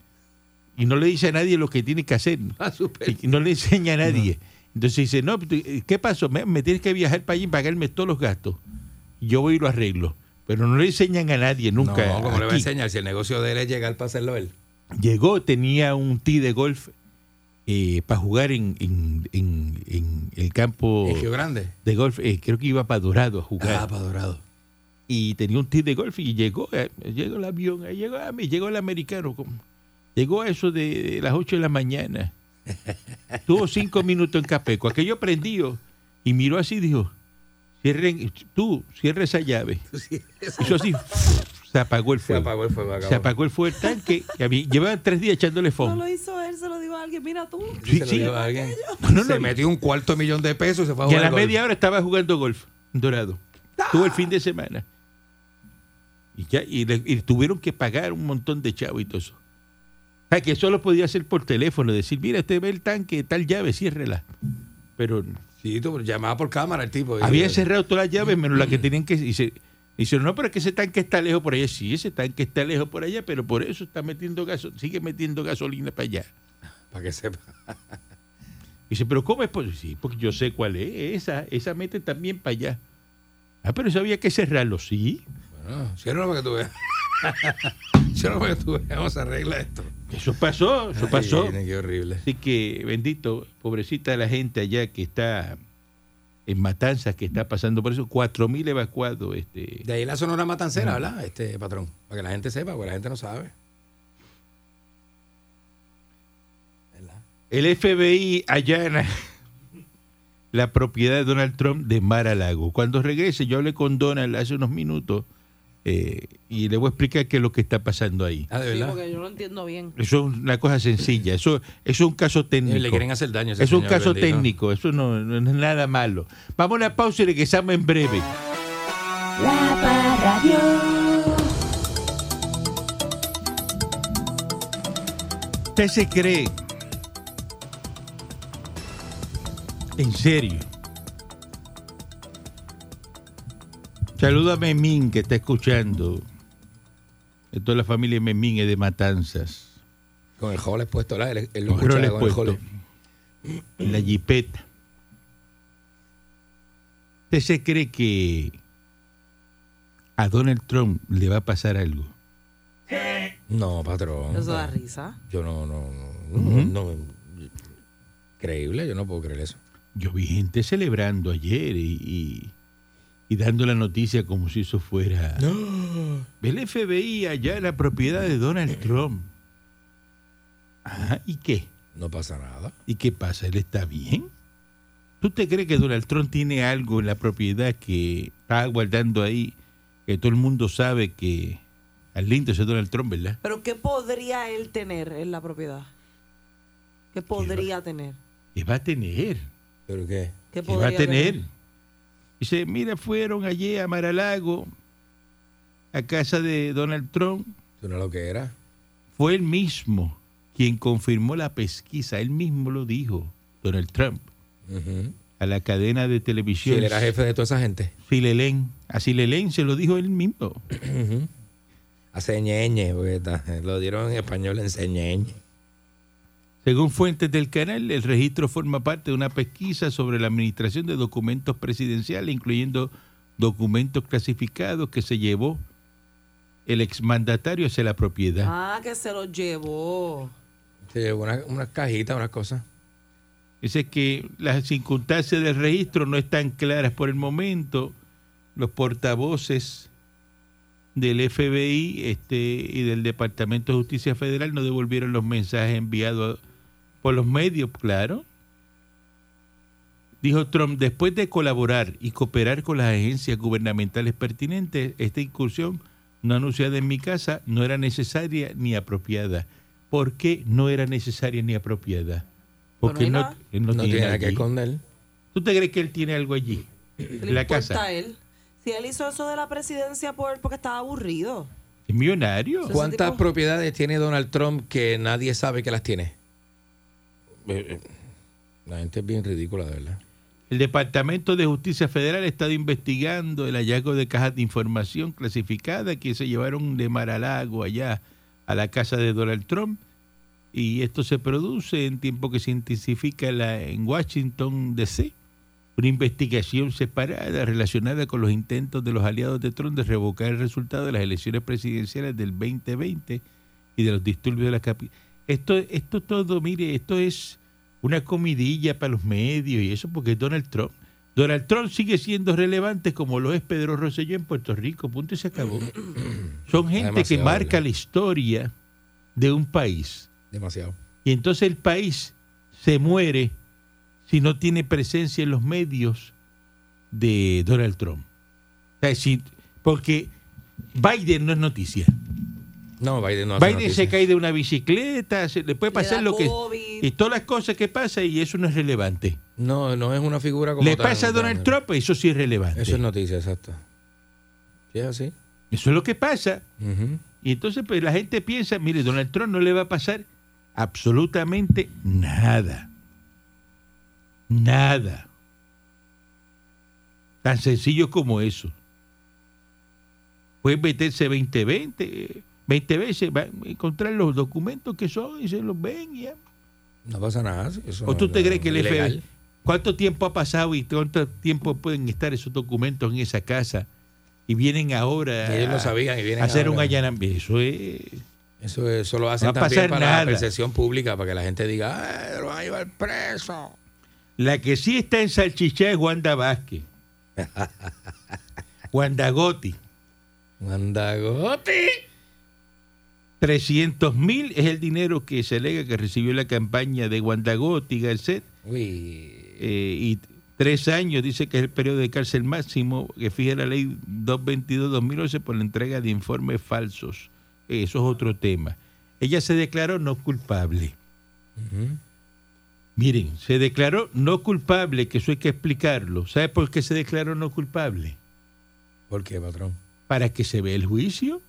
[SPEAKER 1] Y no le dice a nadie lo que tiene que hacer.
[SPEAKER 2] Ah, super.
[SPEAKER 1] Y no le enseña a nadie. Entonces dice, no, pero, eh, ¿qué pasó? Me, me tienes que viajar para allí y pagarme todos los gastos. Yo voy y lo arreglo. Pero no le enseñan a nadie nunca.
[SPEAKER 2] No, como le va a
[SPEAKER 1] aquí.
[SPEAKER 2] enseñar si el negocio de él es llegar para hacerlo él.
[SPEAKER 1] Llegó, tenía un tee de golf eh, para jugar en, en- en- en el campo
[SPEAKER 2] Es Río Grande.
[SPEAKER 1] de golf. eh, creo que iba para Dorado a jugar.
[SPEAKER 2] Ah, para Dorado.
[SPEAKER 1] y tenía un tee de golf y llegó, eh, llegó el avión, eh, llegó, ah, me llegó el americano. como, Llegó a eso de, de las 8 de la mañana. Tuvo cinco minutos en Capeco. Aquello prendió y miró así y dijo, cierren, tú, cierra esa llave. Hizo así, se apagó el
[SPEAKER 2] Se
[SPEAKER 1] fuego.
[SPEAKER 2] apagó el fuego. acabó.
[SPEAKER 1] Se apagó el fuego del tanque. que había- Llevaban tres días echándole
[SPEAKER 3] No
[SPEAKER 1] fondo.
[SPEAKER 3] lo hizo él, se lo dijo a alguien. Mira tú.
[SPEAKER 1] Sí,
[SPEAKER 2] Se lo
[SPEAKER 1] sí.
[SPEAKER 2] dio a alguien.
[SPEAKER 1] no,
[SPEAKER 2] se
[SPEAKER 1] no.
[SPEAKER 2] metió un cuarto millón de pesos y se fue a
[SPEAKER 1] Y a
[SPEAKER 2] jugar
[SPEAKER 1] la
[SPEAKER 2] golf.
[SPEAKER 1] media hora estaba jugando golf, en Dorado. Todo el fin de semana. Y, ya, y, le- y tuvieron que pagar un montón de chavos y todo eso. O sea, que eso lo podía hacer por teléfono, decir, mira, este ve el tanque, tal llave, ciérrela. Pero
[SPEAKER 2] Sí, tú, pero llamaba por cámara el tipo.
[SPEAKER 1] habían cerrado todas las llaves menos la que tenían que... Y se- y dijeron, no, pero es que ese tanque está lejos por allá. Sí, ese tanque está lejos por allá, pero por eso está metiendo gaso sigue metiendo gasolina para allá.
[SPEAKER 2] Para que sepa.
[SPEAKER 1] Dice, pero ¿cómo es posible? Sí, porque yo sé cuál es. Esa, esa mete también para allá. Ah, pero eso había que cerrarlo, sí.
[SPEAKER 2] Bueno, ciérralo para que tú veas. ciérralo para que tú veas. Vamos a arreglar esto.
[SPEAKER 1] Eso pasó, eso pasó.
[SPEAKER 2] Ay, nene, qué horrible.
[SPEAKER 1] Así que bendito, pobrecita la gente allá que está en matanzas, que está pasando por eso. Cuatro mil evacuados. Este,
[SPEAKER 2] De ahí la sonora matancera, ¿verdad? Este patrón. Para que la gente sepa, porque la gente no sabe. ¿Verdad?
[SPEAKER 1] el FBI allana la propiedad de Donald Trump de Mar a Lago. Cuando regrese, yo hablé con Donald hace unos minutos eh, y le voy a explicar qué es lo que está pasando ahí.
[SPEAKER 2] Ah, de
[SPEAKER 3] Sí,
[SPEAKER 2] verdad.
[SPEAKER 3] porque yo lo entiendo bien.
[SPEAKER 1] Eso es una cosa sencilla. Eso, eso es un caso técnico.
[SPEAKER 2] Eh, Le quieren hacer daño. a ese
[SPEAKER 1] Es un
[SPEAKER 2] señor,
[SPEAKER 1] caso
[SPEAKER 2] bendito.
[SPEAKER 1] técnico. Eso no, no es nada malo. Vamos a una pausa y regresamos en breve.
[SPEAKER 6] La Parradio.
[SPEAKER 1] ¿Usted se cree? En serio. Saluda a Memín que está escuchando. De toda la familia Memín es de Matanzas.
[SPEAKER 2] Con el jole puesto, ¿verdad? Él, él lo
[SPEAKER 1] Los roles
[SPEAKER 2] escuchaba con el
[SPEAKER 1] puestos.
[SPEAKER 2] jole.
[SPEAKER 1] En la jipeta. ¿Usted se cree que a Donald Trump le va a pasar algo?
[SPEAKER 2] No, patrón.
[SPEAKER 3] Eso da risa.
[SPEAKER 2] Yo no, no, no, no- Creíble, yo no puedo creer eso.
[SPEAKER 1] Yo vi gente celebrando ayer y, y- y dando la noticia como si eso fuera. El FBI allá en la propiedad de Donald Trump. Ajá, ¿y qué?
[SPEAKER 2] No pasa nada.
[SPEAKER 1] ¿Y qué pasa? ¿Él está bien? ¿Tú te crees que Donald Trump tiene algo en la propiedad que está guardando ahí? Que todo el mundo sabe que al lindo es Donald Trump, ¿verdad?
[SPEAKER 3] Pero ¿qué podría él tener en la propiedad? ¿Qué podría tener?
[SPEAKER 1] Que va a tener.
[SPEAKER 2] ¿Pero qué?
[SPEAKER 3] ¿Qué
[SPEAKER 1] que va a
[SPEAKER 3] podría
[SPEAKER 1] tener. Dice, mira, fueron allí a Maralago, a casa de Donald Trump.
[SPEAKER 2] Tú no lo que era.
[SPEAKER 1] Fue él mismo quien confirmó la pesquisa. Él mismo lo dijo, Donald Trump,
[SPEAKER 2] Ujú.
[SPEAKER 1] a la cadena de
[SPEAKER 2] Si
[SPEAKER 1] televisión
[SPEAKER 2] él era jefe de toda esa gente.
[SPEAKER 1] Silelén. A Silelén se lo dijo él mismo.
[SPEAKER 2] Hace ñeñe, porque está- lo dieron en español en ñeñe.
[SPEAKER 1] Según fuentes del canal, el registro forma parte de una pesquisa sobre la administración de documentos presidenciales, incluyendo documentos clasificados que se llevó el exmandatario hacia la propiedad.
[SPEAKER 3] Ah, que se lo llevó.
[SPEAKER 2] Se llevó una- unas cajitas, unas cosas.
[SPEAKER 1] Dice que las circunstancias del registro no están claras por el momento. Los portavoces del FBI este, y del Departamento de Justicia Federal no devolvieron los mensajes enviados por los medios, claro. Dijo Trump, después de colaborar y cooperar con las agencias gubernamentales pertinentes, esta incursión no anunciada en mi casa no era necesaria ni apropiada. ¿Por qué no era necesaria ni apropiada? Porque
[SPEAKER 3] Pues
[SPEAKER 1] él
[SPEAKER 3] no hay
[SPEAKER 1] no,
[SPEAKER 3] nada.
[SPEAKER 1] él no
[SPEAKER 2] No, tiene nada
[SPEAKER 1] allí.
[SPEAKER 2] que esconder.
[SPEAKER 1] ¿Tú te crees que él tiene algo allí?
[SPEAKER 3] ¿Qué
[SPEAKER 1] En
[SPEAKER 3] le
[SPEAKER 1] la
[SPEAKER 3] importa a
[SPEAKER 1] casa.
[SPEAKER 3] él? Si él hizo eso de la presidencia por porque estaba aburrido.
[SPEAKER 1] Es millonario.
[SPEAKER 3] Entonces,
[SPEAKER 2] ¿Cuántas
[SPEAKER 3] tipo-
[SPEAKER 2] propiedades tiene Donald Trump que nadie sabe que las tiene? Eh, eh, La gente es bien ridícula, de verdad.
[SPEAKER 1] El Departamento de Justicia Federal ha estado investigando el hallazgo de cajas de información clasificada que se llevaron de Maralago allá a la casa de Donald Trump. Y esto se produce en tiempo que se intensifica la- en Washington, D.C. Una investigación separada relacionada con los intentos de los aliados de Trump de revocar el resultado de las elecciones presidenciales del 2020 y de los disturbios de la capital. Esto, esto todo, mire, esto es una comidilla para los medios y eso porque Donald Trump. Donald Trump sigue siendo relevante como lo es Pedro Rosselló en Puerto Rico. Punto y se acabó. Son gente que
[SPEAKER 2] Demasiado,
[SPEAKER 1] marca
[SPEAKER 2] ¿verdad?
[SPEAKER 1] la historia de un país.
[SPEAKER 2] Demasiado.
[SPEAKER 1] Y entonces el país se muere si no tiene presencia en los medios de Donald Trump. O sea, si- porque Biden no es noticia.
[SPEAKER 2] No, Biden no hace
[SPEAKER 1] Biden se
[SPEAKER 2] noticias.
[SPEAKER 1] cae de una bicicleta, se- le puede
[SPEAKER 3] Le
[SPEAKER 1] pasar
[SPEAKER 3] da
[SPEAKER 1] lo que...
[SPEAKER 3] COVID.
[SPEAKER 1] Y todas las cosas que pasa y eso no es relevante.
[SPEAKER 2] No, no es una figura como
[SPEAKER 1] Le
[SPEAKER 2] tal,
[SPEAKER 1] pasa a Donald
[SPEAKER 2] tan-
[SPEAKER 1] Trump, eso sí es relevante.
[SPEAKER 2] Eso es noticia, exacto. Sí, es así.
[SPEAKER 1] Eso es lo que pasa.
[SPEAKER 2] Ujú.
[SPEAKER 1] Y entonces pues, la gente piensa, mire, Donald Trump no le va a pasar absolutamente nada. Nada. Tan sencillo como eso. Puede meterse 20, 20, 20 veces, va a encontrar los documentos que son y se los ven. y ya.
[SPEAKER 2] No pasa nada. sí, eso
[SPEAKER 1] ¿O
[SPEAKER 2] no-
[SPEAKER 1] tú te
[SPEAKER 2] no-
[SPEAKER 1] crees que el
[SPEAKER 2] ilegal.
[SPEAKER 1] FBI... ¿Cuánto tiempo ha pasado y cuánto tiempo pueden estar esos documentos en esa casa? Y vienen ahora
[SPEAKER 2] Y ellos lo sabían y
[SPEAKER 1] a
[SPEAKER 2] vienen
[SPEAKER 1] Eh, hacer un
[SPEAKER 2] ahora.
[SPEAKER 1] allanamiento. Eso es...
[SPEAKER 2] Eso, es- eso lo hacen
[SPEAKER 1] No va a
[SPEAKER 2] también
[SPEAKER 1] pasar
[SPEAKER 2] para
[SPEAKER 1] nada.
[SPEAKER 2] la percepción pública, para que la gente diga, ¡ay, lo van a llevar preso!
[SPEAKER 1] La que sí está en salchicha es Wanda Vázquez. Wanda Gotti.
[SPEAKER 2] ¡Mandagote!
[SPEAKER 1] 300 mil es el dinero que se alega que recibió la campaña de Wanda Gotti, Garcet.
[SPEAKER 2] Uy.
[SPEAKER 1] eh, y tres años dice que es el periodo de cárcel máximo que fija la ley 222-2011 por la entrega de informes falsos. Eh, Eso es otro tema. Ella se declaró no culpable. Miren, se declaró no culpable, que eso hay que explicarlo. ¿Sabe por qué se declaró no culpable?
[SPEAKER 2] ¿Por qué, patrón?
[SPEAKER 1] Para que se vea el juicio.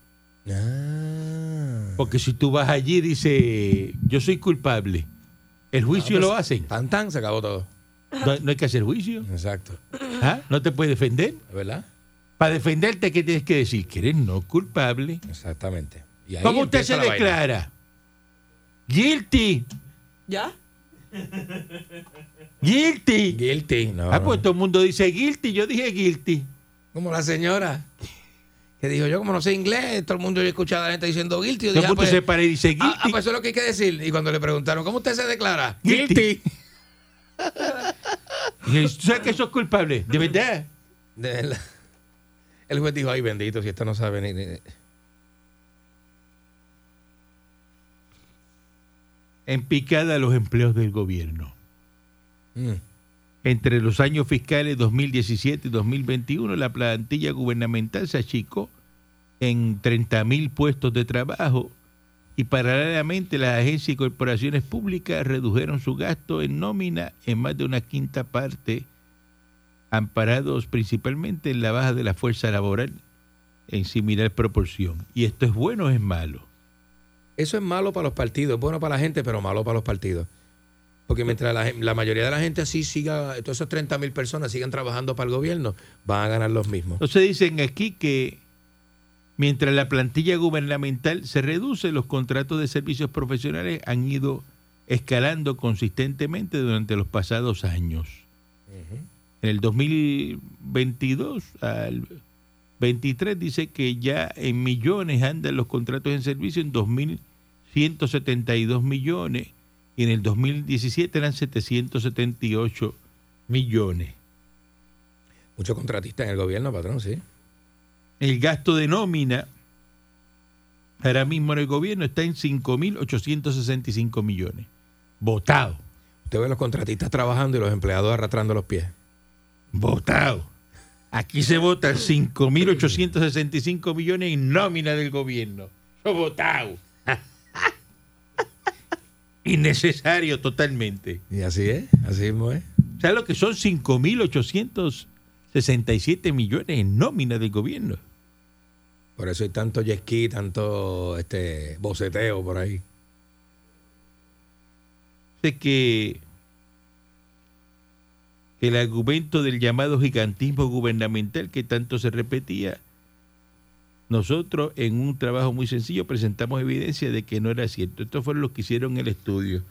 [SPEAKER 2] Ah.
[SPEAKER 1] Porque si tú vas allí y dices, yo soy culpable, el juicio
[SPEAKER 2] Ah, pues,
[SPEAKER 1] lo hacen.
[SPEAKER 2] Tan, tan, se acabó todo.
[SPEAKER 1] No, no hay que hacer juicio.
[SPEAKER 2] Exacto.
[SPEAKER 1] ¿Ah? No te puedes defender.
[SPEAKER 2] ¿Verdad?
[SPEAKER 1] Para defenderte, ¿qué tienes que decir? Que eres no culpable.
[SPEAKER 2] Exactamente. Y ahí
[SPEAKER 1] ¿Cómo usted
[SPEAKER 2] empieza
[SPEAKER 1] se
[SPEAKER 2] la vaina.
[SPEAKER 1] declara? Guilty,
[SPEAKER 3] ¿Ya?
[SPEAKER 1] guilty.
[SPEAKER 2] Guilty. No,
[SPEAKER 1] Ah,
[SPEAKER 2] no.
[SPEAKER 1] pues todo el mundo dice guilty, yo dije guilty.
[SPEAKER 2] Como la señora que dijo, yo como no sé inglés, todo el mundo yo escuchaba a la gente diciendo guilty. Yo
[SPEAKER 1] Todo
[SPEAKER 2] dije,
[SPEAKER 1] el
[SPEAKER 2] ah,
[SPEAKER 1] mundo
[SPEAKER 2] pues,
[SPEAKER 1] se para y dice
[SPEAKER 2] ah, ah,
[SPEAKER 1] guilty.
[SPEAKER 2] pues eso es lo que hay que decir. Y cuando le preguntaron, ¿cómo usted se declara?
[SPEAKER 1] Guilty.
[SPEAKER 2] Guilty.
[SPEAKER 1] Y ¿Tú sabes que sos culpable? ¿De verdad?
[SPEAKER 2] De verdad. El juez dijo, ay bendito, si esta no sabe ni... ni-
[SPEAKER 1] En picada los empleos del gobierno.
[SPEAKER 2] ni". Mm.
[SPEAKER 1] Entre los años fiscales 2017 y 2021, la plantilla gubernamental se achicó en 30 mil puestos de trabajo y paralelamente las agencias y corporaciones públicas redujeron su gasto en nómina en más de una quinta parte, amparados principalmente en la baja de la fuerza laboral en similar proporción. ¿Y esto es bueno o es malo?
[SPEAKER 2] Eso es malo para los partidos, es bueno para la gente, pero malo para los partidos. Porque mientras la, gen- la mayoría de la gente así siga, todas esas 30 mil personas sigan trabajando para el gobierno, van a ganar los mismos.
[SPEAKER 1] Entonces dicen aquí que mientras la plantilla gubernamental se reduce, los contratos de servicios profesionales han ido escalando consistentemente durante los pasados años. En el 2022 al 23 dice que ya en millones andan los contratos en servicio en 2.172 millones y en el 2017 eran 778 millones.
[SPEAKER 2] Muchos contratistas en el gobierno, patrón, sí.
[SPEAKER 1] el gasto de nómina ahora mismo en el gobierno está en 5.865 millones. Votado,
[SPEAKER 2] Usted ve los contratistas trabajando y los empleados arrastrando los pies.
[SPEAKER 1] votado. Aquí se votan 5.865 millones en nómina del gobierno. Eso Votado. Innecesario totalmente.
[SPEAKER 2] Y así es, así mismo es.
[SPEAKER 1] ¿Sabes lo que son 5.867 millones en nómina del gobierno?
[SPEAKER 2] Por eso hay tanto jet ski, tanto este boceteo por ahí.
[SPEAKER 1] Dice que el argumento del llamado gigantismo gubernamental que tanto se repetía, nosotros en un trabajo muy sencillo presentamos evidencia de que no era cierto. Esto fue lo que hicieron en el estudio.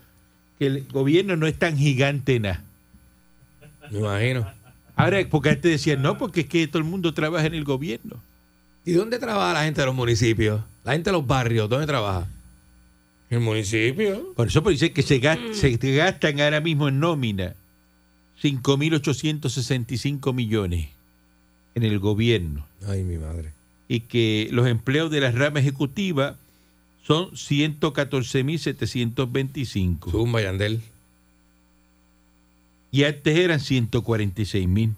[SPEAKER 1] Que el gobierno no es tan gigante nada.
[SPEAKER 2] Me imagino.
[SPEAKER 1] Ahora, porque antes decían, no, porque es que todo el mundo trabaja en el gobierno.
[SPEAKER 2] ¿Y dónde trabaja la gente de los municipios? La gente de los barrios, ¿dónde trabaja? En el municipio.
[SPEAKER 1] Por eso pues, dice que se, gas- se gastan ahora mismo en nómina 5.865 millones en el gobierno.
[SPEAKER 2] Ay, mi madre.
[SPEAKER 1] y que los empleos de la rama ejecutiva son 114.725.
[SPEAKER 2] Zumba, Yandel.
[SPEAKER 1] Y antes eran 146.000.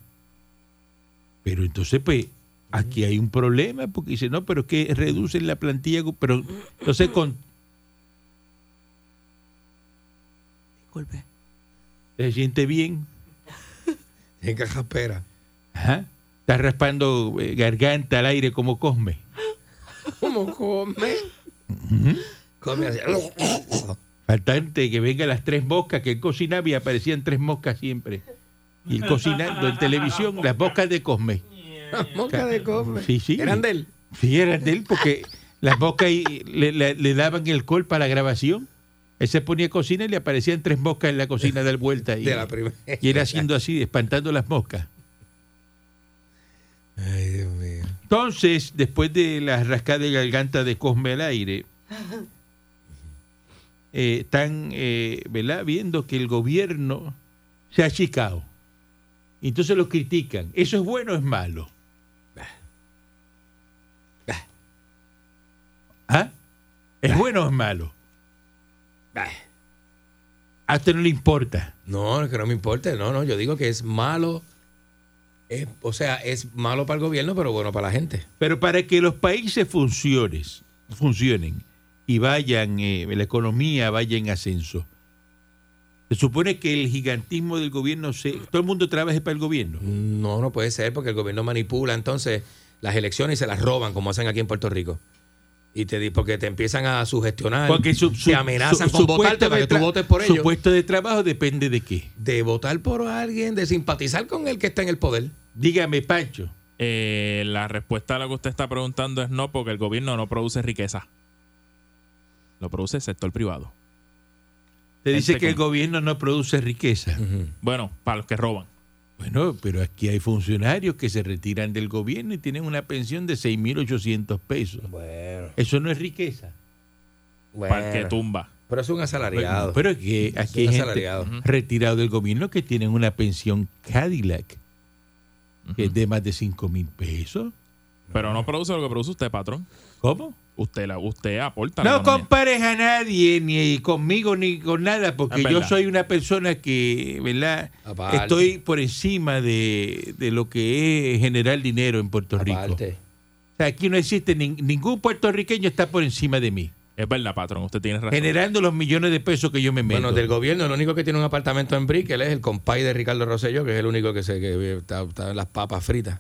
[SPEAKER 1] Pero entonces, pues, aquí hay un problema porque dice, no, pero es que reducen la plantilla. Pero entonces, con,
[SPEAKER 3] Disculpe.
[SPEAKER 1] se siente bien.
[SPEAKER 2] En Cajapera.
[SPEAKER 1] Ajá. Está raspando eh, garganta al aire como Cosme.
[SPEAKER 2] ¿Cómo come? Come así.
[SPEAKER 1] Faltante que venga las tres moscas, que él cocinaba y aparecían tres moscas siempre. Y él cocinando en televisión, las moscas de Cosme.
[SPEAKER 2] Mosca de come.
[SPEAKER 1] Sí, sí.
[SPEAKER 2] ¿Eran de él?
[SPEAKER 1] Sí, eran de él, porque las moscas y- le, le- le daban el col para la grabación. Él se ponía a cocina y le aparecían tres moscas en la cocina dar vuelta. Y,
[SPEAKER 2] De la primera.
[SPEAKER 1] y era haciendo así, espantando las moscas.
[SPEAKER 2] Ay, Dios mío.
[SPEAKER 1] Entonces, después de la rascada de garganta de Cosme al aire, eh, están eh, ¿verdad? viendo que el gobierno se ha achicado. Y Entonces lo critican. ¿Eso es bueno o es malo? ¿Ah? ¿Es bueno o es malo? A usted no le importa.
[SPEAKER 2] No, es que no me importa. No, no, yo digo que es malo. Es- o sea, es malo para el gobierno, pero bueno para la gente.
[SPEAKER 1] Pero para que los países funciones, funcionen y vayan, eh, la economía vaya en ascenso, se supone que el gigantismo del gobierno, se, todo el mundo trabaje para el gobierno.
[SPEAKER 2] No, no puede ser porque el gobierno manipula entonces las elecciones y se las roban, como hacen aquí en Puerto Rico. Y te di- porque te empiezan a sugestionar,
[SPEAKER 1] Porque su, su-
[SPEAKER 2] te amenazan
[SPEAKER 1] su-
[SPEAKER 2] con
[SPEAKER 1] su
[SPEAKER 2] votarte
[SPEAKER 1] puesto
[SPEAKER 2] para
[SPEAKER 1] de
[SPEAKER 2] que tú
[SPEAKER 1] tra-
[SPEAKER 2] votes por
[SPEAKER 1] Su
[SPEAKER 2] ellos.
[SPEAKER 1] puesto de trabajo depende de qué.
[SPEAKER 2] De votar por alguien, de simpatizar con el que está en el poder.
[SPEAKER 1] Dígame, Pancho.
[SPEAKER 5] Eh, la respuesta a lo que usted está preguntando es no, porque el gobierno no produce riqueza. Lo produce el sector privado.
[SPEAKER 1] Te
[SPEAKER 5] Gente
[SPEAKER 1] dice que
[SPEAKER 5] que-
[SPEAKER 1] el gobierno no produce riqueza.
[SPEAKER 5] Bueno, para los que roban.
[SPEAKER 1] Bueno, pero aquí hay funcionarios que se retiran del gobierno y tienen una pensión de 6.800 pesos.
[SPEAKER 2] Bueno,
[SPEAKER 1] Eso no es riqueza.
[SPEAKER 5] Para el que tumba.
[SPEAKER 2] Pero es un asalariado.
[SPEAKER 1] Pero es que aquí hay
[SPEAKER 2] Son
[SPEAKER 1] gente
[SPEAKER 2] asalariados.
[SPEAKER 1] retirado del gobierno que tienen una pensión Cadillac que es de más de 5 mil pesos.
[SPEAKER 5] Pero no produce lo que produce usted, patrón.
[SPEAKER 1] ¿Cómo?
[SPEAKER 5] Usted la, usted aporta. a la
[SPEAKER 1] No
[SPEAKER 5] economía.
[SPEAKER 1] compares a nadie, ni conmigo, ni con nada, porque
[SPEAKER 5] Es
[SPEAKER 1] yo
[SPEAKER 5] verdad.
[SPEAKER 1] soy una persona que, ¿verdad?
[SPEAKER 2] Aparte.
[SPEAKER 1] Estoy por encima de, de lo que es generar dinero en
[SPEAKER 2] Ah,
[SPEAKER 1] Puerto Rico.
[SPEAKER 2] Aparte.
[SPEAKER 1] O sea, aquí no existe nin- ningún puertorriqueño está por encima de mí,
[SPEAKER 5] Es verdad, patrón. Usted tiene razón.
[SPEAKER 1] generando los millones de pesos que yo me meto.
[SPEAKER 2] Bueno, del gobierno, el único que tiene un apartamento en Brickell es el compay de Ricardo Rosselló, que es el único que se que está, está en las papas fritas.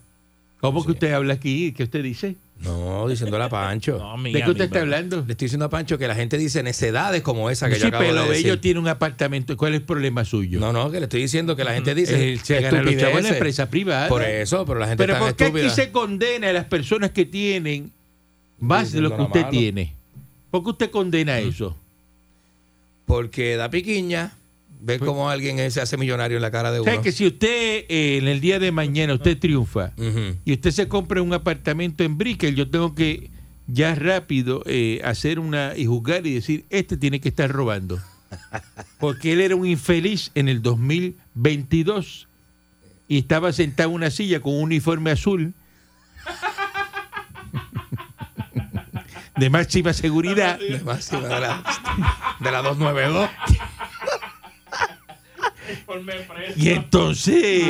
[SPEAKER 1] ¿Cómo que usted habla aquí? ¿Qué usted dice?
[SPEAKER 2] No, diciéndole a Pancho.
[SPEAKER 5] No,
[SPEAKER 1] ¿De
[SPEAKER 5] mi
[SPEAKER 1] qué usted
[SPEAKER 5] amigo.
[SPEAKER 1] está hablando?
[SPEAKER 2] Le estoy diciendo a Pancho que la gente dice necedades como esa que yo
[SPEAKER 1] Sí,
[SPEAKER 2] acabo
[SPEAKER 1] pero
[SPEAKER 2] de decir.
[SPEAKER 1] Bello tiene un apartamento. ¿Cuál es el problema suyo?
[SPEAKER 2] No, no, que le estoy diciendo que la gente dice
[SPEAKER 1] Él se gana los chavos en la
[SPEAKER 2] estupideces.
[SPEAKER 1] empresa privada.
[SPEAKER 2] Por eso, pero la gente
[SPEAKER 1] pero
[SPEAKER 2] está
[SPEAKER 1] ¿por qué aquí
[SPEAKER 2] estúpida.
[SPEAKER 1] se condena a las personas que tienen más de lo que
[SPEAKER 2] Diciendo
[SPEAKER 1] usted
[SPEAKER 2] lo malo.
[SPEAKER 1] tiene? ¿Por qué usted condena
[SPEAKER 2] Mm,
[SPEAKER 1] eso?
[SPEAKER 2] Porque da piquiña
[SPEAKER 1] Pues-
[SPEAKER 2] ver cómo alguien se hace millonario en la cara de
[SPEAKER 1] O
[SPEAKER 2] uno.
[SPEAKER 1] sea, que si usted eh, en el día de mañana usted triunfa
[SPEAKER 2] Ujú.
[SPEAKER 1] y usted se compra un apartamento en Brickell, yo tengo que ya rápido eh, hacer una y juzgar y decir, este tiene que estar robando. Porque él era un infeliz en el 2022 y estaba sentado en una silla con un uniforme azul de máxima seguridad.
[SPEAKER 2] De máxima de la, de la 292.
[SPEAKER 1] Y entonces,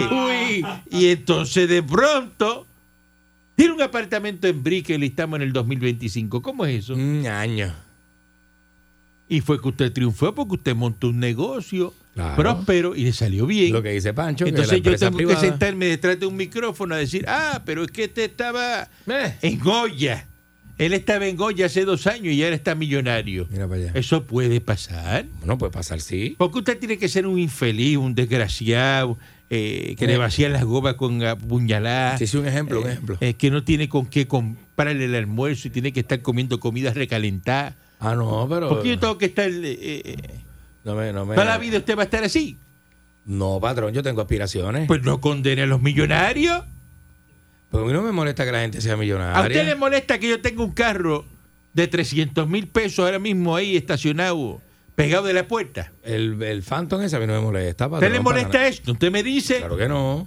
[SPEAKER 1] y entonces de pronto, tiene un apartamento en Brickell y estamos en el 2025. ¿Cómo es eso?
[SPEAKER 2] Un año.
[SPEAKER 1] Y fue que usted triunfó porque usted montó un negocio
[SPEAKER 2] Claro.
[SPEAKER 1] próspero y le salió bien.
[SPEAKER 2] Lo que dice Pancho,
[SPEAKER 1] Entonces
[SPEAKER 2] que
[SPEAKER 1] yo
[SPEAKER 2] la empresa
[SPEAKER 1] tengo
[SPEAKER 2] privada-
[SPEAKER 1] que sentarme detrás de un micrófono a decir, ah, pero es que este estaba
[SPEAKER 2] Eh,
[SPEAKER 1] en Goya. Él estaba en Goya hace dos años y ahora está millonario.
[SPEAKER 2] Mira para allá.
[SPEAKER 1] Eso puede pasar.
[SPEAKER 2] Bueno, puede pasar, sí.
[SPEAKER 1] Porque usted tiene que ser un infeliz, un desgraciado, eh, que
[SPEAKER 2] Eh.
[SPEAKER 1] le vacían las gobas con apuñaladas.
[SPEAKER 2] Sí, sí, un ejemplo, un ejemplo.
[SPEAKER 1] eh, que no tiene con qué comprarle el almuerzo y tiene que estar comiendo comida recalentada.
[SPEAKER 2] Ah, no, pero.
[SPEAKER 1] Porque yo tengo que estar. eh, eh,
[SPEAKER 2] No me, no me-
[SPEAKER 1] toda la vida usted va a estar así.
[SPEAKER 2] No, patrón, yo tengo aspiraciones.
[SPEAKER 1] Pues no condene a los millonarios.
[SPEAKER 2] Pero a mí no me molesta que la gente sea
[SPEAKER 1] ¿A usted le
[SPEAKER 2] millonaria.
[SPEAKER 1] molesta que yo tenga un carro de 300 mil pesos ahora mismo ahí estacionado, pegado de la puerta?
[SPEAKER 2] El, el Phantom ese a mí no me molesta,
[SPEAKER 1] ¿A
[SPEAKER 2] patrón.
[SPEAKER 1] usted le
[SPEAKER 2] para
[SPEAKER 1] molesta
[SPEAKER 2] nada.
[SPEAKER 1] esto? Usted me dice.
[SPEAKER 2] Claro que no.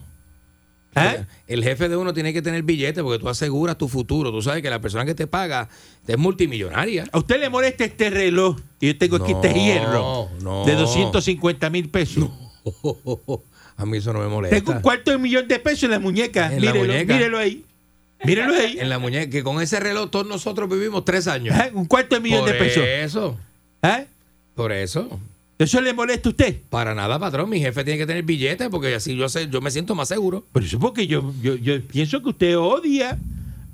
[SPEAKER 1] ¿Eh?
[SPEAKER 2] El jefe de uno tiene que tener billete porque tú aseguras tu futuro. Tú sabes que la persona que te paga es multimillonaria.
[SPEAKER 1] A usted le molesta este reloj y yo tengo aquí este
[SPEAKER 2] No,
[SPEAKER 1] hierro
[SPEAKER 2] no.
[SPEAKER 1] de 250 mil pesos.
[SPEAKER 2] A mí eso no me molesta.
[SPEAKER 1] Tengo un cuarto de millón de pesos en la muñeca.
[SPEAKER 2] En la
[SPEAKER 1] mírelo,
[SPEAKER 2] muñeca.
[SPEAKER 1] mírelo ahí. Mírelo ahí.
[SPEAKER 2] En la muñeca, que con ese reloj todos nosotros vivimos tres años.
[SPEAKER 1] Ajá, Un cuarto de millón
[SPEAKER 2] por
[SPEAKER 1] de pesos.
[SPEAKER 2] eso,
[SPEAKER 1] ¿Ah?
[SPEAKER 2] por eso.
[SPEAKER 1] ¿Eso le molesta a usted?
[SPEAKER 2] Para nada, patrón. Mi jefe tiene que tener billetes porque así yo, sé, yo me siento más seguro.
[SPEAKER 1] Pero eso es porque yo, yo, yo pienso que usted odia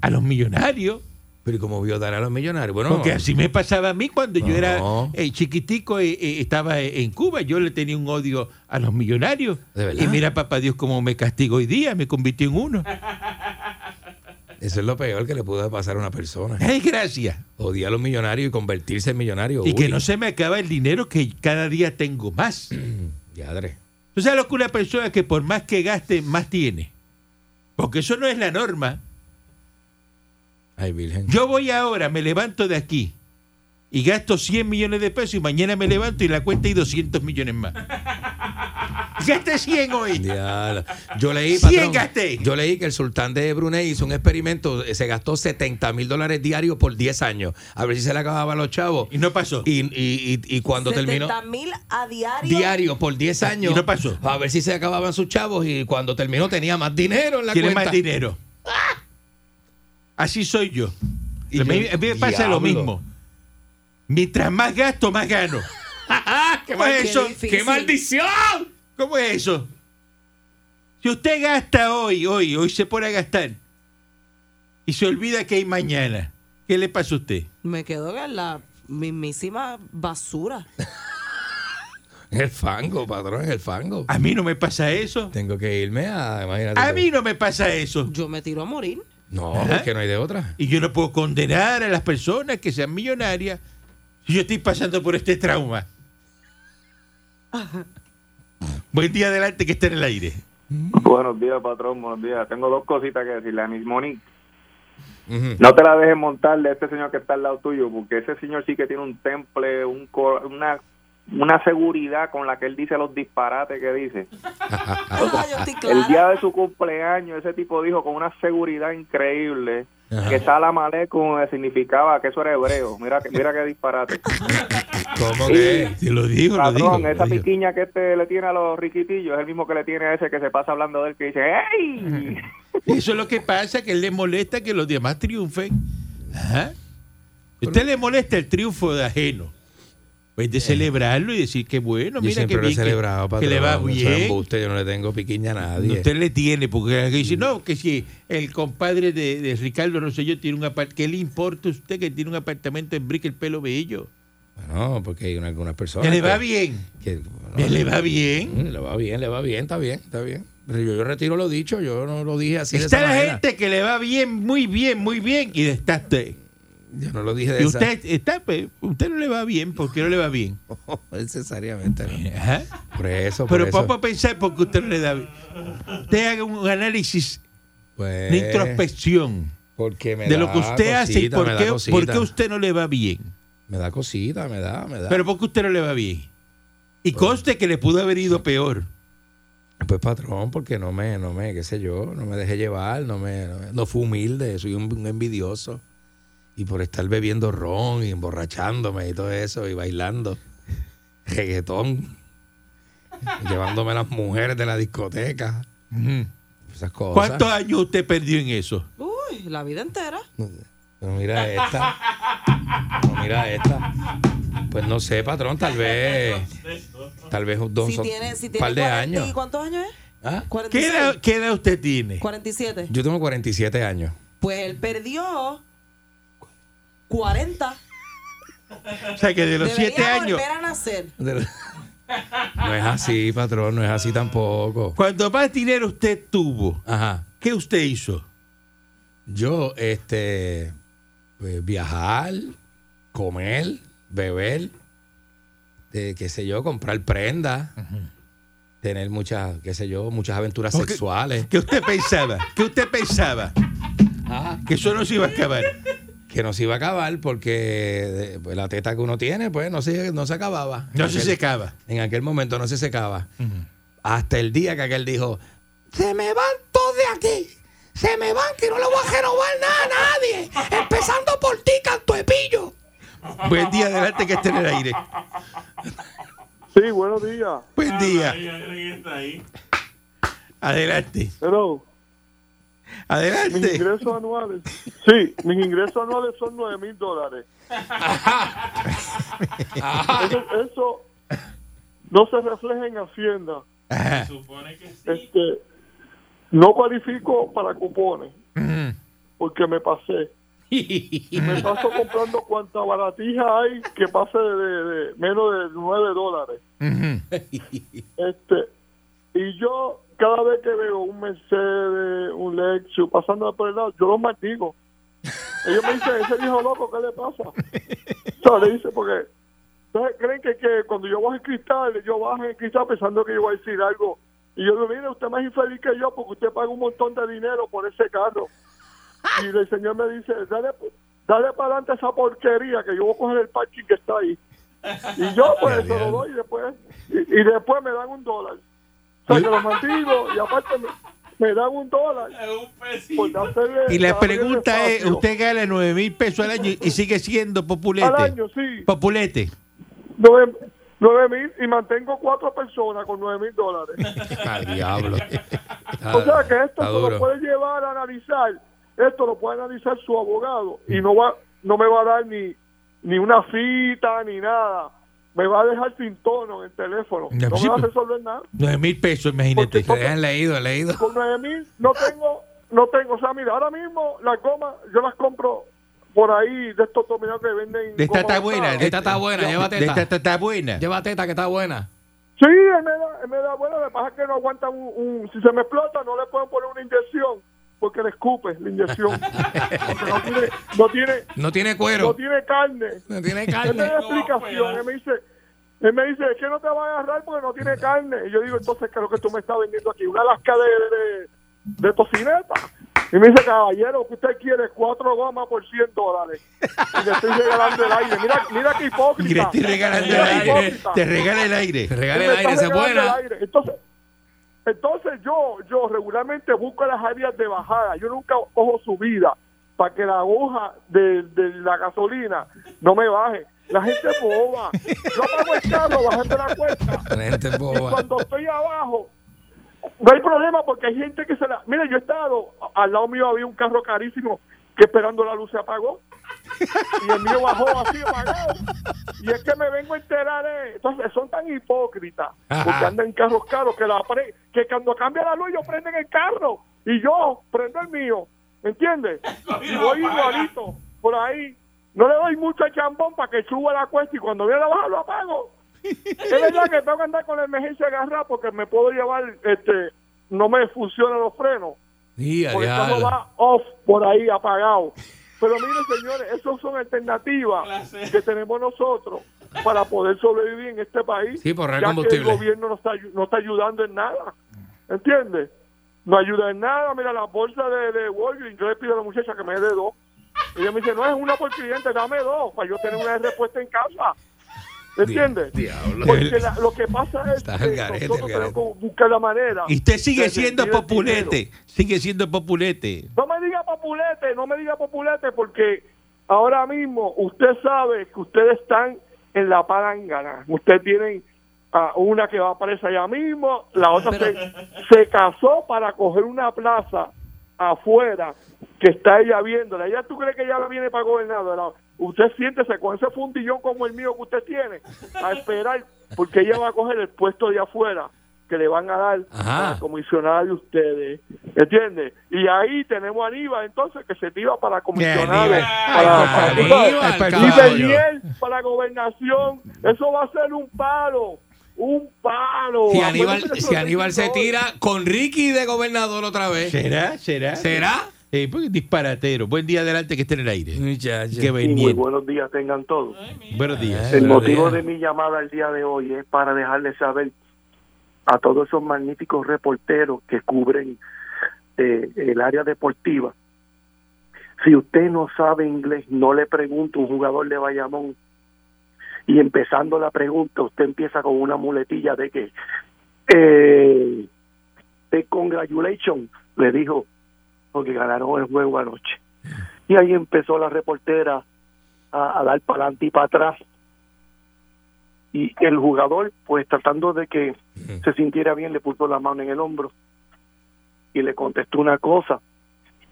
[SPEAKER 1] a los millonarios.
[SPEAKER 2] Pero ¿y cómo vio dar a los millonarios? Bueno,
[SPEAKER 1] Porque así me pasaba a mí cuando yo era
[SPEAKER 2] No.
[SPEAKER 1] eh, chiquitico, eh, eh, estaba eh, en Cuba, yo le tenía un odio a los millonarios.
[SPEAKER 2] ¿De verdad?
[SPEAKER 1] Y mira, papá Dios, cómo me castigó hoy día, me convirtió en uno.
[SPEAKER 2] eso es lo peor que le pudo pasar a una persona.
[SPEAKER 1] ¡Ay, gracias!
[SPEAKER 2] Odiar a los millonarios y convertirse en millonario.
[SPEAKER 1] Y que
[SPEAKER 2] Uy,
[SPEAKER 1] no se me acaba el dinero que cada día tengo más.
[SPEAKER 2] diadre.
[SPEAKER 1] ¿Tú sabes lo que una persona que por más que gaste, más tiene? Porque eso no es la norma.
[SPEAKER 2] Ay, virgen.
[SPEAKER 1] Yo voy ahora, me levanto de aquí y gasto 100 millones de pesos y mañana me levanto y la cuenta hay 200 millones más. Gaste 100 hoy.
[SPEAKER 2] Diablo. Yo leí,
[SPEAKER 1] Cien
[SPEAKER 2] patrón,
[SPEAKER 1] gasté.
[SPEAKER 2] yo leí que el sultán de Brunei hizo un experimento, eh, se gastó 70 mil dólares diarios por 10 años, a ver si se le acababa a los chavos.
[SPEAKER 1] Y no pasó.
[SPEAKER 2] Y, y- y- y cuando terminó,
[SPEAKER 3] mil a diario.
[SPEAKER 2] diario por 10
[SPEAKER 1] Ah,
[SPEAKER 2] años,
[SPEAKER 1] Y no pasó.
[SPEAKER 2] a ver si se acababan sus chavos y cuando terminó tenía más dinero en la
[SPEAKER 1] Tiene
[SPEAKER 2] cuenta.
[SPEAKER 1] más dinero. Así soy yo.
[SPEAKER 2] Y
[SPEAKER 1] a mí,
[SPEAKER 2] yo,
[SPEAKER 1] a mí me pasa
[SPEAKER 2] diablo.
[SPEAKER 1] lo mismo. Mientras más gasto, más gano. ¿Cómo
[SPEAKER 3] mal-
[SPEAKER 1] es
[SPEAKER 3] qué
[SPEAKER 1] eso?
[SPEAKER 3] difícil.
[SPEAKER 1] ¡Qué maldición! ¿Cómo es eso? Si usted gasta hoy, hoy, hoy se pone a gastar y se olvida que hay mañana, ¿qué le pasa a usted?
[SPEAKER 3] Me quedo en la mismísima basura.
[SPEAKER 2] En el fango, patrón, en el fango.
[SPEAKER 1] A mí no me pasa eso.
[SPEAKER 2] Tengo que irme a, imagínate.
[SPEAKER 1] A mí no me pasa eso.
[SPEAKER 3] Yo me tiro a morir.
[SPEAKER 2] No,
[SPEAKER 1] Ajá.
[SPEAKER 2] es que no hay de otra.
[SPEAKER 1] Y yo no puedo condenar a las personas que sean millonarias si yo estoy pasando por este trauma. Buen día adelante que esté en el aire.
[SPEAKER 7] Buenos días, patrón, buenos días. Tengo dos cositas que decirle a Miss Moni.
[SPEAKER 2] Ujú.
[SPEAKER 7] No te la dejes montar de este señor que está al lado tuyo, porque ese señor sí que tiene un temple, un cor- una, una seguridad con la que él dice los disparates que dice.
[SPEAKER 3] Ah, yo estoy
[SPEAKER 7] El día
[SPEAKER 3] clara.
[SPEAKER 7] de su cumpleaños, ese tipo dijo con una seguridad increíble
[SPEAKER 2] Ajá.
[SPEAKER 7] que Salam Aleikum significaba que eso era hebreo. Mira, que- mira qué disparate.
[SPEAKER 2] ¿Cómo que?
[SPEAKER 1] Te lo digo, Ah, lo digo.
[SPEAKER 7] Patrón,
[SPEAKER 1] lo
[SPEAKER 7] esa
[SPEAKER 1] digo.
[SPEAKER 7] piquiña que este le tiene a los riquitillos es el mismo que le tiene a ese que se pasa hablando de él que dice ¡Ey!
[SPEAKER 1] Eso es lo que pasa, que le molesta que los demás triunfen. Ajá. A Usted le molesta el triunfo de ajeno. Pues de celebrarlo y decir que bueno,
[SPEAKER 2] Eh. Yo
[SPEAKER 1] mira que
[SPEAKER 2] siempre lo he
[SPEAKER 1] bien que-
[SPEAKER 2] celebrado,
[SPEAKER 1] que,
[SPEAKER 2] patrón.
[SPEAKER 1] le va
[SPEAKER 2] Eso es
[SPEAKER 1] bien.
[SPEAKER 2] embuste, yo no le tengo piquiña a nadie.
[SPEAKER 1] Usted le tiene, porque aquí dice, no, que si el compadre de, de Ricardo Rosselló tiene un apartamento, ¿qué le importa a usted que tiene un apartamento en Brick el pelo bello?
[SPEAKER 2] No, porque hay una- algunas
[SPEAKER 1] Que
[SPEAKER 2] personas.
[SPEAKER 1] le va
[SPEAKER 2] que-
[SPEAKER 1] bien,
[SPEAKER 2] que, bueno,
[SPEAKER 1] que le va bien.
[SPEAKER 2] mm, le va bien, le va bien, está bien, está bien. Pero yo, yo retiro lo dicho, yo no lo dije así. de
[SPEAKER 1] Está
[SPEAKER 2] esa
[SPEAKER 1] la
[SPEAKER 2] manera.
[SPEAKER 1] gente que le va bien, muy bien, muy bien, y está usted.
[SPEAKER 2] Yo no lo dije de
[SPEAKER 1] Y
[SPEAKER 2] esa
[SPEAKER 1] usted, está, pues, usted no le va bien, ¿por qué no le va bien?
[SPEAKER 2] necesariamente. no.
[SPEAKER 1] Ajá.
[SPEAKER 2] Por eso, por
[SPEAKER 1] Pero
[SPEAKER 2] eso.
[SPEAKER 1] vamos a pensar porque usted no le da bien. Usted haga un análisis,
[SPEAKER 2] Pues,
[SPEAKER 1] una introspección
[SPEAKER 2] porque me
[SPEAKER 1] de
[SPEAKER 2] da
[SPEAKER 1] lo que usted hace y
[SPEAKER 2] cosita,
[SPEAKER 1] por
[SPEAKER 2] me da
[SPEAKER 1] qué,
[SPEAKER 2] cosita.
[SPEAKER 1] por qué usted no le va bien.
[SPEAKER 2] Me da cosita, me da, me da.
[SPEAKER 1] Pero ¿por qué usted no le va bien? Y conste que le pudo haber ido peor.
[SPEAKER 2] pues patrón, porque no me, no me, qué sé yo, no me dejé llevar, no me, no, me- no fui humilde, soy un, un envidioso. Y por estar bebiendo ron y emborrachándome y todo eso, y bailando reggaetón, llevándome a las mujeres de la discoteca, esas cosas.
[SPEAKER 1] ¿Cuántos años usted perdió en eso?
[SPEAKER 3] Uy, la vida entera.
[SPEAKER 2] Pero mira esta. Pero mira esta. Pues no sé, patrón, tal vez. Tal vez dos
[SPEAKER 3] Si
[SPEAKER 2] son-
[SPEAKER 3] tiene, si
[SPEAKER 2] un
[SPEAKER 3] tiene
[SPEAKER 2] par de
[SPEAKER 3] 40
[SPEAKER 2] años.
[SPEAKER 3] ¿Y cuántos años es?
[SPEAKER 2] ¿Ah?
[SPEAKER 1] ¿Qué
[SPEAKER 3] 46.
[SPEAKER 1] edad, qué edad usted tiene?
[SPEAKER 3] 47.
[SPEAKER 2] Yo tengo 47 años.
[SPEAKER 3] Pues él perdió 40.
[SPEAKER 1] O sea, que de los
[SPEAKER 3] Debería
[SPEAKER 1] siete años,
[SPEAKER 3] volver a nacer.
[SPEAKER 2] No es así, patrón, no es así tampoco.
[SPEAKER 1] cuando más dinero usted tuvo,
[SPEAKER 2] Ajá.
[SPEAKER 1] ¿qué usted hizo?
[SPEAKER 2] Yo, este. pues, viajar, comer, beber, eh, qué sé yo, comprar prendas, tener muchas, qué sé yo, muchas aventuras
[SPEAKER 1] Ok.
[SPEAKER 2] sexuales.
[SPEAKER 1] ¿Qué usted pensaba? ¿Qué usted pensaba?
[SPEAKER 2] Ah.
[SPEAKER 1] Que eso no se iba a acabar.
[SPEAKER 2] que no se iba a acabar porque eh, pues, la teta que uno tiene, pues no se, no se acababa.
[SPEAKER 1] No
[SPEAKER 2] En
[SPEAKER 1] se
[SPEAKER 2] aquel-
[SPEAKER 1] secaba.
[SPEAKER 2] En aquel momento no se secaba. Hasta el día que aquel dijo, se me van todas
[SPEAKER 4] todos de aquí se me van, que no le voy a renovar nada a nadie. Empezando por ti, canto epillo.
[SPEAKER 1] Buen día, adelante que esté en el aire.
[SPEAKER 7] Sí, buenos días.
[SPEAKER 1] Buen día,
[SPEAKER 5] ahí.
[SPEAKER 1] adelante,
[SPEAKER 7] Pero mis
[SPEAKER 1] adelante.
[SPEAKER 7] ingresos anuales. Sí, mis ingresos anuales son 9 mil dólares. Eso, eso no se refleja en Hacienda.
[SPEAKER 1] Ajá.
[SPEAKER 5] Supone que sí.
[SPEAKER 7] Este, no cualifico para cupones
[SPEAKER 1] Ujú.
[SPEAKER 7] porque me pasé. Me paso comprando cuanta baratija hay que pase de, de- de menos de 9 dólares.
[SPEAKER 1] Ujú.
[SPEAKER 7] Este, y yo cada vez que veo un Mercedes, un Lexus pasando por el lado, yo los maldigo. Ellos me dicen, ese viejo loco, ¿qué le pasa? O sea, le dice, porque entonces creen que, que cuando yo bajo el cristal, yo bajo el cristal pensando que yo voy a decir algo. Y yo digo, mire, usted es más infeliz que yo porque usted paga un montón de dinero por ese carro. Y el señor me dice, dale, dale para adelante esa porquería que yo voy a coger el parking que está ahí. Y yo pues se lo doy y después, y, y después me dan un dólar. O sea, que los mantigo y aparte me, me dan un dólar. por hacerle-
[SPEAKER 1] Y la
[SPEAKER 7] abrir el
[SPEAKER 1] pregunta es,
[SPEAKER 7] espacio.
[SPEAKER 1] usted gana 9 mil pesos al año y sigue siendo
[SPEAKER 7] Al
[SPEAKER 1] populete.
[SPEAKER 7] año, sí.
[SPEAKER 1] Populete.
[SPEAKER 7] nueve nueve mil y mantengo cuatro personas con nueve mil dólares.
[SPEAKER 2] Ah, diablo.
[SPEAKER 1] Ah,
[SPEAKER 2] Está-
[SPEAKER 7] o sea que esto
[SPEAKER 2] está
[SPEAKER 7] se
[SPEAKER 2] duro.
[SPEAKER 7] lo puede llevar a analizar, esto lo puede analizar su abogado
[SPEAKER 1] Mm.
[SPEAKER 7] y no va, no me va a dar ni, ni una cita ni nada. Me va a dejar sin tono en el teléfono.
[SPEAKER 1] Ya,
[SPEAKER 7] No
[SPEAKER 1] sí, pues.
[SPEAKER 7] me va a
[SPEAKER 1] pero-
[SPEAKER 7] resolver nada.
[SPEAKER 1] 9 mil pesos, imagínate.
[SPEAKER 2] Te han leído, han leído.
[SPEAKER 7] Con nueve mil no tengo, no tengo, o sea, mira, ahora mismo las gomas yo las compro por ahí de estos dominados que venden.
[SPEAKER 1] De esta
[SPEAKER 7] gomas
[SPEAKER 1] está buena.
[SPEAKER 7] usadas.
[SPEAKER 1] de
[SPEAKER 2] Esta está buena,
[SPEAKER 1] de-
[SPEAKER 2] llévate
[SPEAKER 1] de
[SPEAKER 2] esta.
[SPEAKER 1] esta. está- está buena.
[SPEAKER 2] Lleva teta que está buena.
[SPEAKER 7] Sí, él me da, él me da bueno, lo que pasa es que no aguanta un, un- Si se me explota, no le pueden poner una inyección, porque le escupe la inyección. Porque no tiene, no tiene,
[SPEAKER 2] No tiene
[SPEAKER 7] no
[SPEAKER 2] cuero.
[SPEAKER 7] tiene carne.
[SPEAKER 2] No tiene
[SPEAKER 7] Él me
[SPEAKER 2] carne.
[SPEAKER 7] da explicación, él me dice... Él me dice, es que no te va a agarrar porque no tiene carne. Y yo digo, entonces, ¿qué es lo que tú me estás vendiendo aquí? Una lasca de, de, de tocineta. Y me dice, caballero, que usted quiere cuatro gomas por 100 dólares. Y le estoy regalando el aire. Mira, mira qué
[SPEAKER 1] Y le
[SPEAKER 7] hipócrita.
[SPEAKER 1] estoy regalando el aire. Te regala el aire.
[SPEAKER 2] Te
[SPEAKER 7] Él
[SPEAKER 2] regala
[SPEAKER 7] me
[SPEAKER 2] el
[SPEAKER 7] está
[SPEAKER 2] aire, esa es
[SPEAKER 7] regalando
[SPEAKER 2] buena.
[SPEAKER 7] el aire. Entonces, entonces yo, yo regularmente busco las áreas de bajada. Yo nunca cojo subida para que la hoja de, de la gasolina no me baje. La gente es boba. Yo apago el carro bajando la cuesta.
[SPEAKER 2] La gente es
[SPEAKER 7] Y
[SPEAKER 2] boba.
[SPEAKER 7] cuando estoy abajo, no hay problema porque hay gente que se la... Mira, yo he estado, al lado mío había un carro carísimo que esperando la luz se apagó. Y el mío bajó así apagado. Y es que me vengo a enterar. eh. Entonces son tan hipócritas porque
[SPEAKER 2] Ajá.
[SPEAKER 7] andan en carros caros que, la pre- que cuando cambia la luz ellos prenden el carro y yo prendo el mío. ¿Me entiendes? Y voy igualito por ahí. No le doy mucho al chambón para que suba la cuesta y cuando viene a bajar lo apago. Es verdad que tengo que andar con la emergencia agarrada porque me puedo llevar, este, no me funcionan los frenos.
[SPEAKER 2] Sí, a
[SPEAKER 7] Porque el carro
[SPEAKER 2] diablo.
[SPEAKER 7] va off por ahí apagado. Pero miren, señores, esas son alternativas que tenemos nosotros para poder sobrevivir en este país.
[SPEAKER 2] Sí, por ahorrar
[SPEAKER 7] ya Que
[SPEAKER 2] combustible.
[SPEAKER 7] el gobierno no está, ayu- no está ayudando en nada. ¿Entiendes? No ayuda en nada. Mira, la bolsa de, de Walgreens, yo le pido a la muchacha que me dé dos. Y Ella me dice, no es una por cliente, dame dos para yo tener una respuesta en casa. ¿Entiendes?
[SPEAKER 2] Diablo.
[SPEAKER 7] Porque la- lo que pasa es
[SPEAKER 2] Está
[SPEAKER 7] que
[SPEAKER 2] al garete,
[SPEAKER 7] nosotros
[SPEAKER 2] al garete.
[SPEAKER 7] tenemos que buscar la manera.
[SPEAKER 1] Y usted sigue
[SPEAKER 7] de
[SPEAKER 1] siendo
[SPEAKER 7] sentir el
[SPEAKER 1] populete.
[SPEAKER 7] dinero.
[SPEAKER 1] Sigue siendo populete.
[SPEAKER 7] No me diga populete, no me diga populete, porque ahora mismo usted sabe que ustedes están en la palangana. Ustedes tienen a una que va presa ya mismo, la otra se, se casó para coger una plaza afuera que está ella viéndola. Ella, ¿tú crees que ella viene para gobernadora? Usted siéntese con ese fundillón como el mío que usted tiene a esperar, porque ella va a coger el puesto de afuera que le van a dar
[SPEAKER 2] Ajá.
[SPEAKER 7] a la comisionada de ustedes. ¿Entiende? Y ahí tenemos a Aníbal, entonces, que se tira para comisionada.
[SPEAKER 1] Aníbal.
[SPEAKER 7] para-
[SPEAKER 2] Ay,
[SPEAKER 7] para-
[SPEAKER 2] Aníbal,
[SPEAKER 7] para-
[SPEAKER 2] el
[SPEAKER 7] Dice
[SPEAKER 2] caballo.
[SPEAKER 7] Biel, para gobernación. Eso va a ser un palo. Un palo.
[SPEAKER 2] Si
[SPEAKER 7] Acuérdate
[SPEAKER 2] Aníbal,
[SPEAKER 7] que
[SPEAKER 2] si
[SPEAKER 7] eso
[SPEAKER 2] Aníbal se
[SPEAKER 7] es
[SPEAKER 2] tira con Ricky de gobernador otra vez,
[SPEAKER 1] ¿Será? ¿Será?
[SPEAKER 2] ¿será?
[SPEAKER 1] Eh, pues, disparatero. Buen día, adelante que esté en el aire.
[SPEAKER 2] Muchacho.
[SPEAKER 1] Qué
[SPEAKER 7] Y muy
[SPEAKER 1] bien.
[SPEAKER 7] buenos días tengan todos.
[SPEAKER 1] Buenos días.
[SPEAKER 7] El
[SPEAKER 2] Buenos
[SPEAKER 7] motivo
[SPEAKER 2] días.
[SPEAKER 7] de mi llamada el día de hoy es para dejarles saber a todos esos magníficos reporteros que cubren eh, el área deportiva. Si usted no sabe inglés, no le pregunte a un jugador de Bayamón. Y empezando la pregunta, usted empieza con una muletilla de que eh, de congratulations, le dijo, porque ganaron el juego anoche. Y ahí empezó la reportera a, a dar para adelante y para atrás. Y el jugador, pues tratando de que se sintiera bien, le puso la mano en el hombro y le contestó una cosa.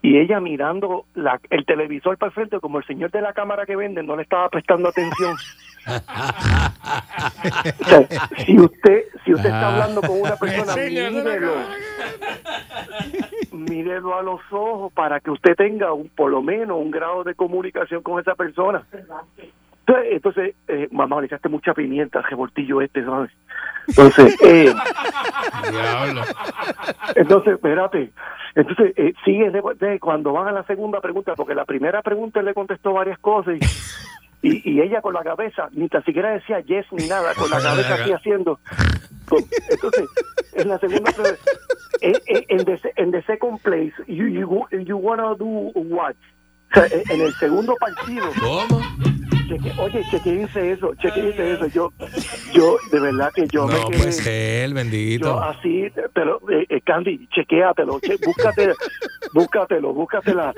[SPEAKER 7] Y ella mirando la, el televisor para el frente, como el señor de la cámara que vende, no le estaba prestando atención. O sea, si usted si usted está hablando con una persona, mírelo. Mírelo a los ojos para que usted tenga un, por lo menos un grado de comunicación con esa persona. Entonces, entonces, eh, mamá, le echaste mucha pimienta al revoltillo este, ¿sabes? Entonces, eh, entonces, espérate. Entonces, eh, sigue de- de- cuando van a la segunda pregunta, porque la primera pregunta él le contestó varias cosas y, y- y ella con la cabeza, ni tan siquiera decía yes ni nada, con la cabeza así haciendo. Con- Entonces, en la segunda pregunta, en, en- en the, se- en the second place, you, you, you wanna do what? O sea, eh, en en el segundo partido,
[SPEAKER 2] ¿Cómo?
[SPEAKER 7] cheque- oye, chequense eso, chequense eso. Yo, yo, de verdad que yo me
[SPEAKER 2] No
[SPEAKER 7] quedé-
[SPEAKER 2] puede
[SPEAKER 1] pues,
[SPEAKER 2] ser,
[SPEAKER 7] yo
[SPEAKER 2] bendito.
[SPEAKER 7] así, pero eh, eh, Candy, chequéatelo, che- búscate, búscatelo, búscate la-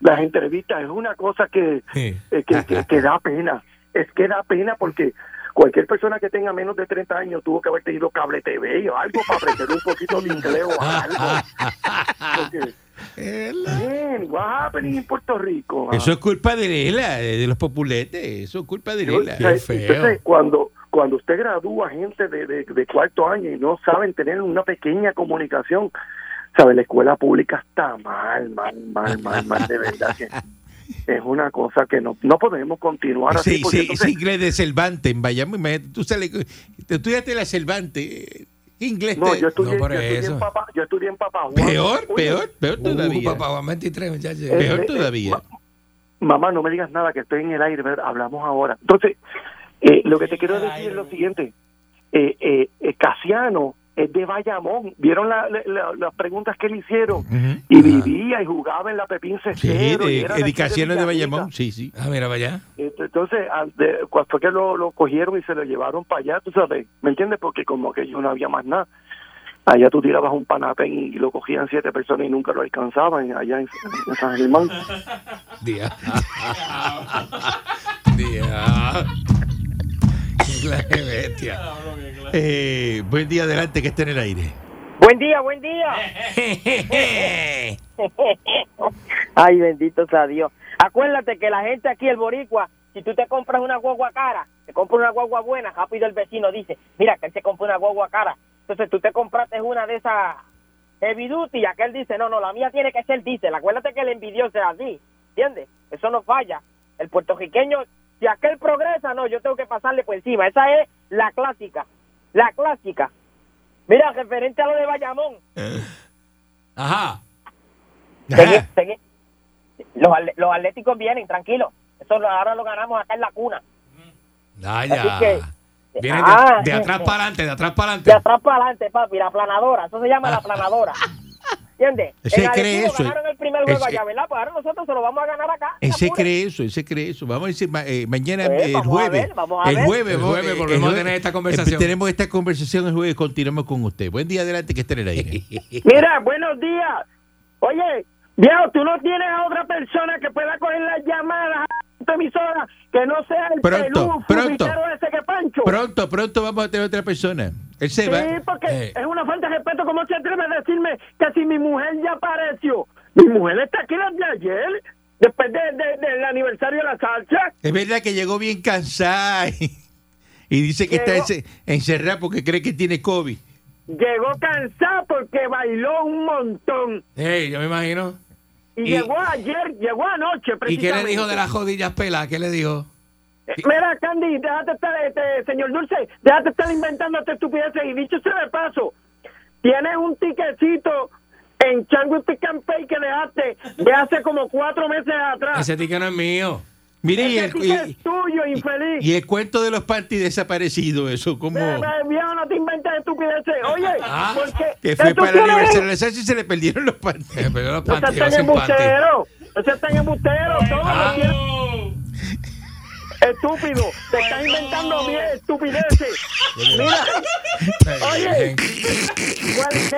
[SPEAKER 7] las entrevistas. Es una cosa que,
[SPEAKER 2] Sí.
[SPEAKER 7] eh, que, que- que da pena. Es que da pena porque cualquier persona que tenga menos de 30 años tuvo que haber tenido cable TV o algo para aprender un poquito de inglés o algo. Porque, Man, what happening in Puerto Rico?
[SPEAKER 1] Eso es culpa de Lela, de de los populetes. Eso es culpa de
[SPEAKER 7] Yo-
[SPEAKER 1] Lela.
[SPEAKER 7] o sea,
[SPEAKER 2] feo.
[SPEAKER 7] Entonces, cuando, cuando usted gradúa gente de, de- de cuarto año y no saben tener una pequeña comunicación, ¿sabe? La escuela pública está mal, mal, mal, mal, mal, de verdad que es una cosa que no, no podemos continuar así.
[SPEAKER 1] Sí,
[SPEAKER 7] porque
[SPEAKER 1] sí,
[SPEAKER 7] entonces-
[SPEAKER 1] sí, inglés de Cervantes en Bayamón. Imagínate, tú sales, te estudiaste la Cervantes. eh, ¿qué Inglés.
[SPEAKER 7] No,
[SPEAKER 1] te-
[SPEAKER 7] yo estudié,
[SPEAKER 2] No, por
[SPEAKER 7] yo estudié
[SPEAKER 2] eso.
[SPEAKER 7] en Papa, yo estudié en Papa Juan.
[SPEAKER 1] Peor,
[SPEAKER 7] Oye,
[SPEAKER 1] peor, peor
[SPEAKER 2] Uh,
[SPEAKER 1] todavía.
[SPEAKER 2] papá, Juan 23, muchachos.
[SPEAKER 1] Peor
[SPEAKER 7] eh,
[SPEAKER 1] todavía.
[SPEAKER 7] Mamá, no me digas nada, que estoy en el aire, ¿verdad? hablamos ahora. Entonces, eh, lo que te quiero decir es lo siguiente. Eh, eh, eh, Casiano es de Bayamón. ¿Vieron la- la- la- las preguntas que le hicieron?
[SPEAKER 1] Ujú.
[SPEAKER 7] Y vivía y jugaba en la Pepín
[SPEAKER 1] Sí,
[SPEAKER 7] Cestero. y
[SPEAKER 1] de,
[SPEAKER 7] era
[SPEAKER 1] de
[SPEAKER 7] aquí
[SPEAKER 1] Casiano de
[SPEAKER 7] Villamita.
[SPEAKER 1] Bayamón. Sí, sí.
[SPEAKER 2] Ah, mira, vaya.
[SPEAKER 7] Este, Entonces, al- de- cuando fue que lo, lo cogieron y se lo llevaron para allá, tú sabes, ¿me entiendes? Porque como que yo no había más nada. Allá tú tirabas un panapén y lo cogían siete personas y nunca lo alcanzaban allá en, en San Germán.
[SPEAKER 2] Día. Día. Qué clase de bestia.
[SPEAKER 1] Eh, buen día, adelante, que esté en el aire.
[SPEAKER 8] Buen día, buen día. Eh. Ay, bendito sea Dios. Acuérdate que la gente aquí, el boricua, si tú te compras una guagua cara, te compras una guagua buena, rápido el vecino dice, mira, que él se compró una guagua cara. Entonces tú te compraste una de esas heavy duty y aquel dice, no, no, la mía tiene que ser diésel. Acuérdate que el envidioso es así, ¿entiendes? Eso no falla. El puertorriqueño, si aquel progresa, no, yo tengo que pasarle por encima. Esa es la clásica, la clásica. Mira, referente a lo de Bayamón,
[SPEAKER 2] Ajá.
[SPEAKER 8] Segui- segui- Los, ale- los atléticos vienen, tranquilos. Eso lo- ahora lo ganamos acá en la cuna. Así
[SPEAKER 2] Vaya.
[SPEAKER 8] que-
[SPEAKER 2] uh, Viene
[SPEAKER 8] Ah,
[SPEAKER 2] de, de atrás
[SPEAKER 8] sí,
[SPEAKER 2] para adelante, de atrás para
[SPEAKER 8] De
[SPEAKER 2] adelante.
[SPEAKER 8] atrás para adelante, papi, la planadora. Eso se llama la planadora. ¿Entiendes?
[SPEAKER 1] Se
[SPEAKER 8] En
[SPEAKER 1] cree
[SPEAKER 8] Arecibo
[SPEAKER 1] eso, eh.
[SPEAKER 8] ganaron el primer juego
[SPEAKER 1] ese-
[SPEAKER 8] allá, ¿verdad? Pues ahora nosotros se lo vamos a ganar acá.
[SPEAKER 1] Él
[SPEAKER 8] no
[SPEAKER 1] se
[SPEAKER 8] apures.
[SPEAKER 1] cree eso, él se cree eso. Vamos a decir ma- eh, mañana,
[SPEAKER 8] Pues,
[SPEAKER 1] eh, el
[SPEAKER 8] vamos a
[SPEAKER 1] jueves.
[SPEAKER 8] ver, vamos a
[SPEAKER 1] el
[SPEAKER 8] ver.
[SPEAKER 1] jueves,
[SPEAKER 2] El jueves
[SPEAKER 1] eh,
[SPEAKER 2] volvemos a tener esta conversación.
[SPEAKER 1] eh, Tenemos esta conversación el jueves, continuamos con usted. Buen día, adelante, que esté en el aire.
[SPEAKER 8] Mira, buenos días. Oye, viejo, tú no tienes a otra persona que pueda coger las llamadas a tu emisora que no sea el
[SPEAKER 1] Pronto,
[SPEAKER 8] pelú,
[SPEAKER 1] pronto.
[SPEAKER 8] fumicero ese que Pancho.
[SPEAKER 1] pronto, pronto vamos a tener otra persona. Él se
[SPEAKER 8] Sí,
[SPEAKER 1] va.
[SPEAKER 8] porque
[SPEAKER 2] Eh.
[SPEAKER 8] es una falta de respeto. ¿Cómo se atreve a decirme que si mi mujer ya apareció? Mi mujer está aquí desde ayer, después de- de- del aniversario de la salsa.
[SPEAKER 1] Es verdad que llegó bien cansada y, y dice que
[SPEAKER 8] Llegó.
[SPEAKER 1] está ence- encerrada porque cree que tiene COVID.
[SPEAKER 8] Llegó cansada porque bailó un montón.
[SPEAKER 2] Ey, yo me imagino.
[SPEAKER 8] Y,
[SPEAKER 2] Y-
[SPEAKER 8] llegó ayer, llegó anoche
[SPEAKER 2] ¿Y qué le
[SPEAKER 8] precisamente.
[SPEAKER 2] dijo de las rodillas peladas? ¿Qué le dijo?
[SPEAKER 8] Eh, Mira, Candy, déjate estar, este, señor Dulce, déjate estar inventando esta estupidez. Y dicho sea de paso, tienes un tiquecito en Chango y Pican Pay que dejaste de hace como cuatro meses atrás.
[SPEAKER 2] Ese ticket no es mío.
[SPEAKER 1] Mire, y
[SPEAKER 8] Ese
[SPEAKER 1] el,
[SPEAKER 8] ticket
[SPEAKER 1] y-
[SPEAKER 8] es tuyo,
[SPEAKER 1] y-
[SPEAKER 8] infeliz.
[SPEAKER 1] y el cuento de los panties desaparecido, eso como...
[SPEAKER 8] Ve, ve, viejo, no te inventes estupideces. Oye,
[SPEAKER 2] Ah,
[SPEAKER 8] porque
[SPEAKER 1] Que fue
[SPEAKER 8] eso
[SPEAKER 1] para el
[SPEAKER 8] tiene-
[SPEAKER 1] aniversario de la salsa y se le perdieron los panties.
[SPEAKER 2] Me perdió los
[SPEAKER 8] No seas
[SPEAKER 2] panties, yo
[SPEAKER 8] tan
[SPEAKER 2] sin panties.
[SPEAKER 1] Ah.
[SPEAKER 8] embustero. No seas tan embustero. todo lo tiene-
[SPEAKER 7] Estúpido, te estás inventando mil estupideces. Mira, oye, ¿qué,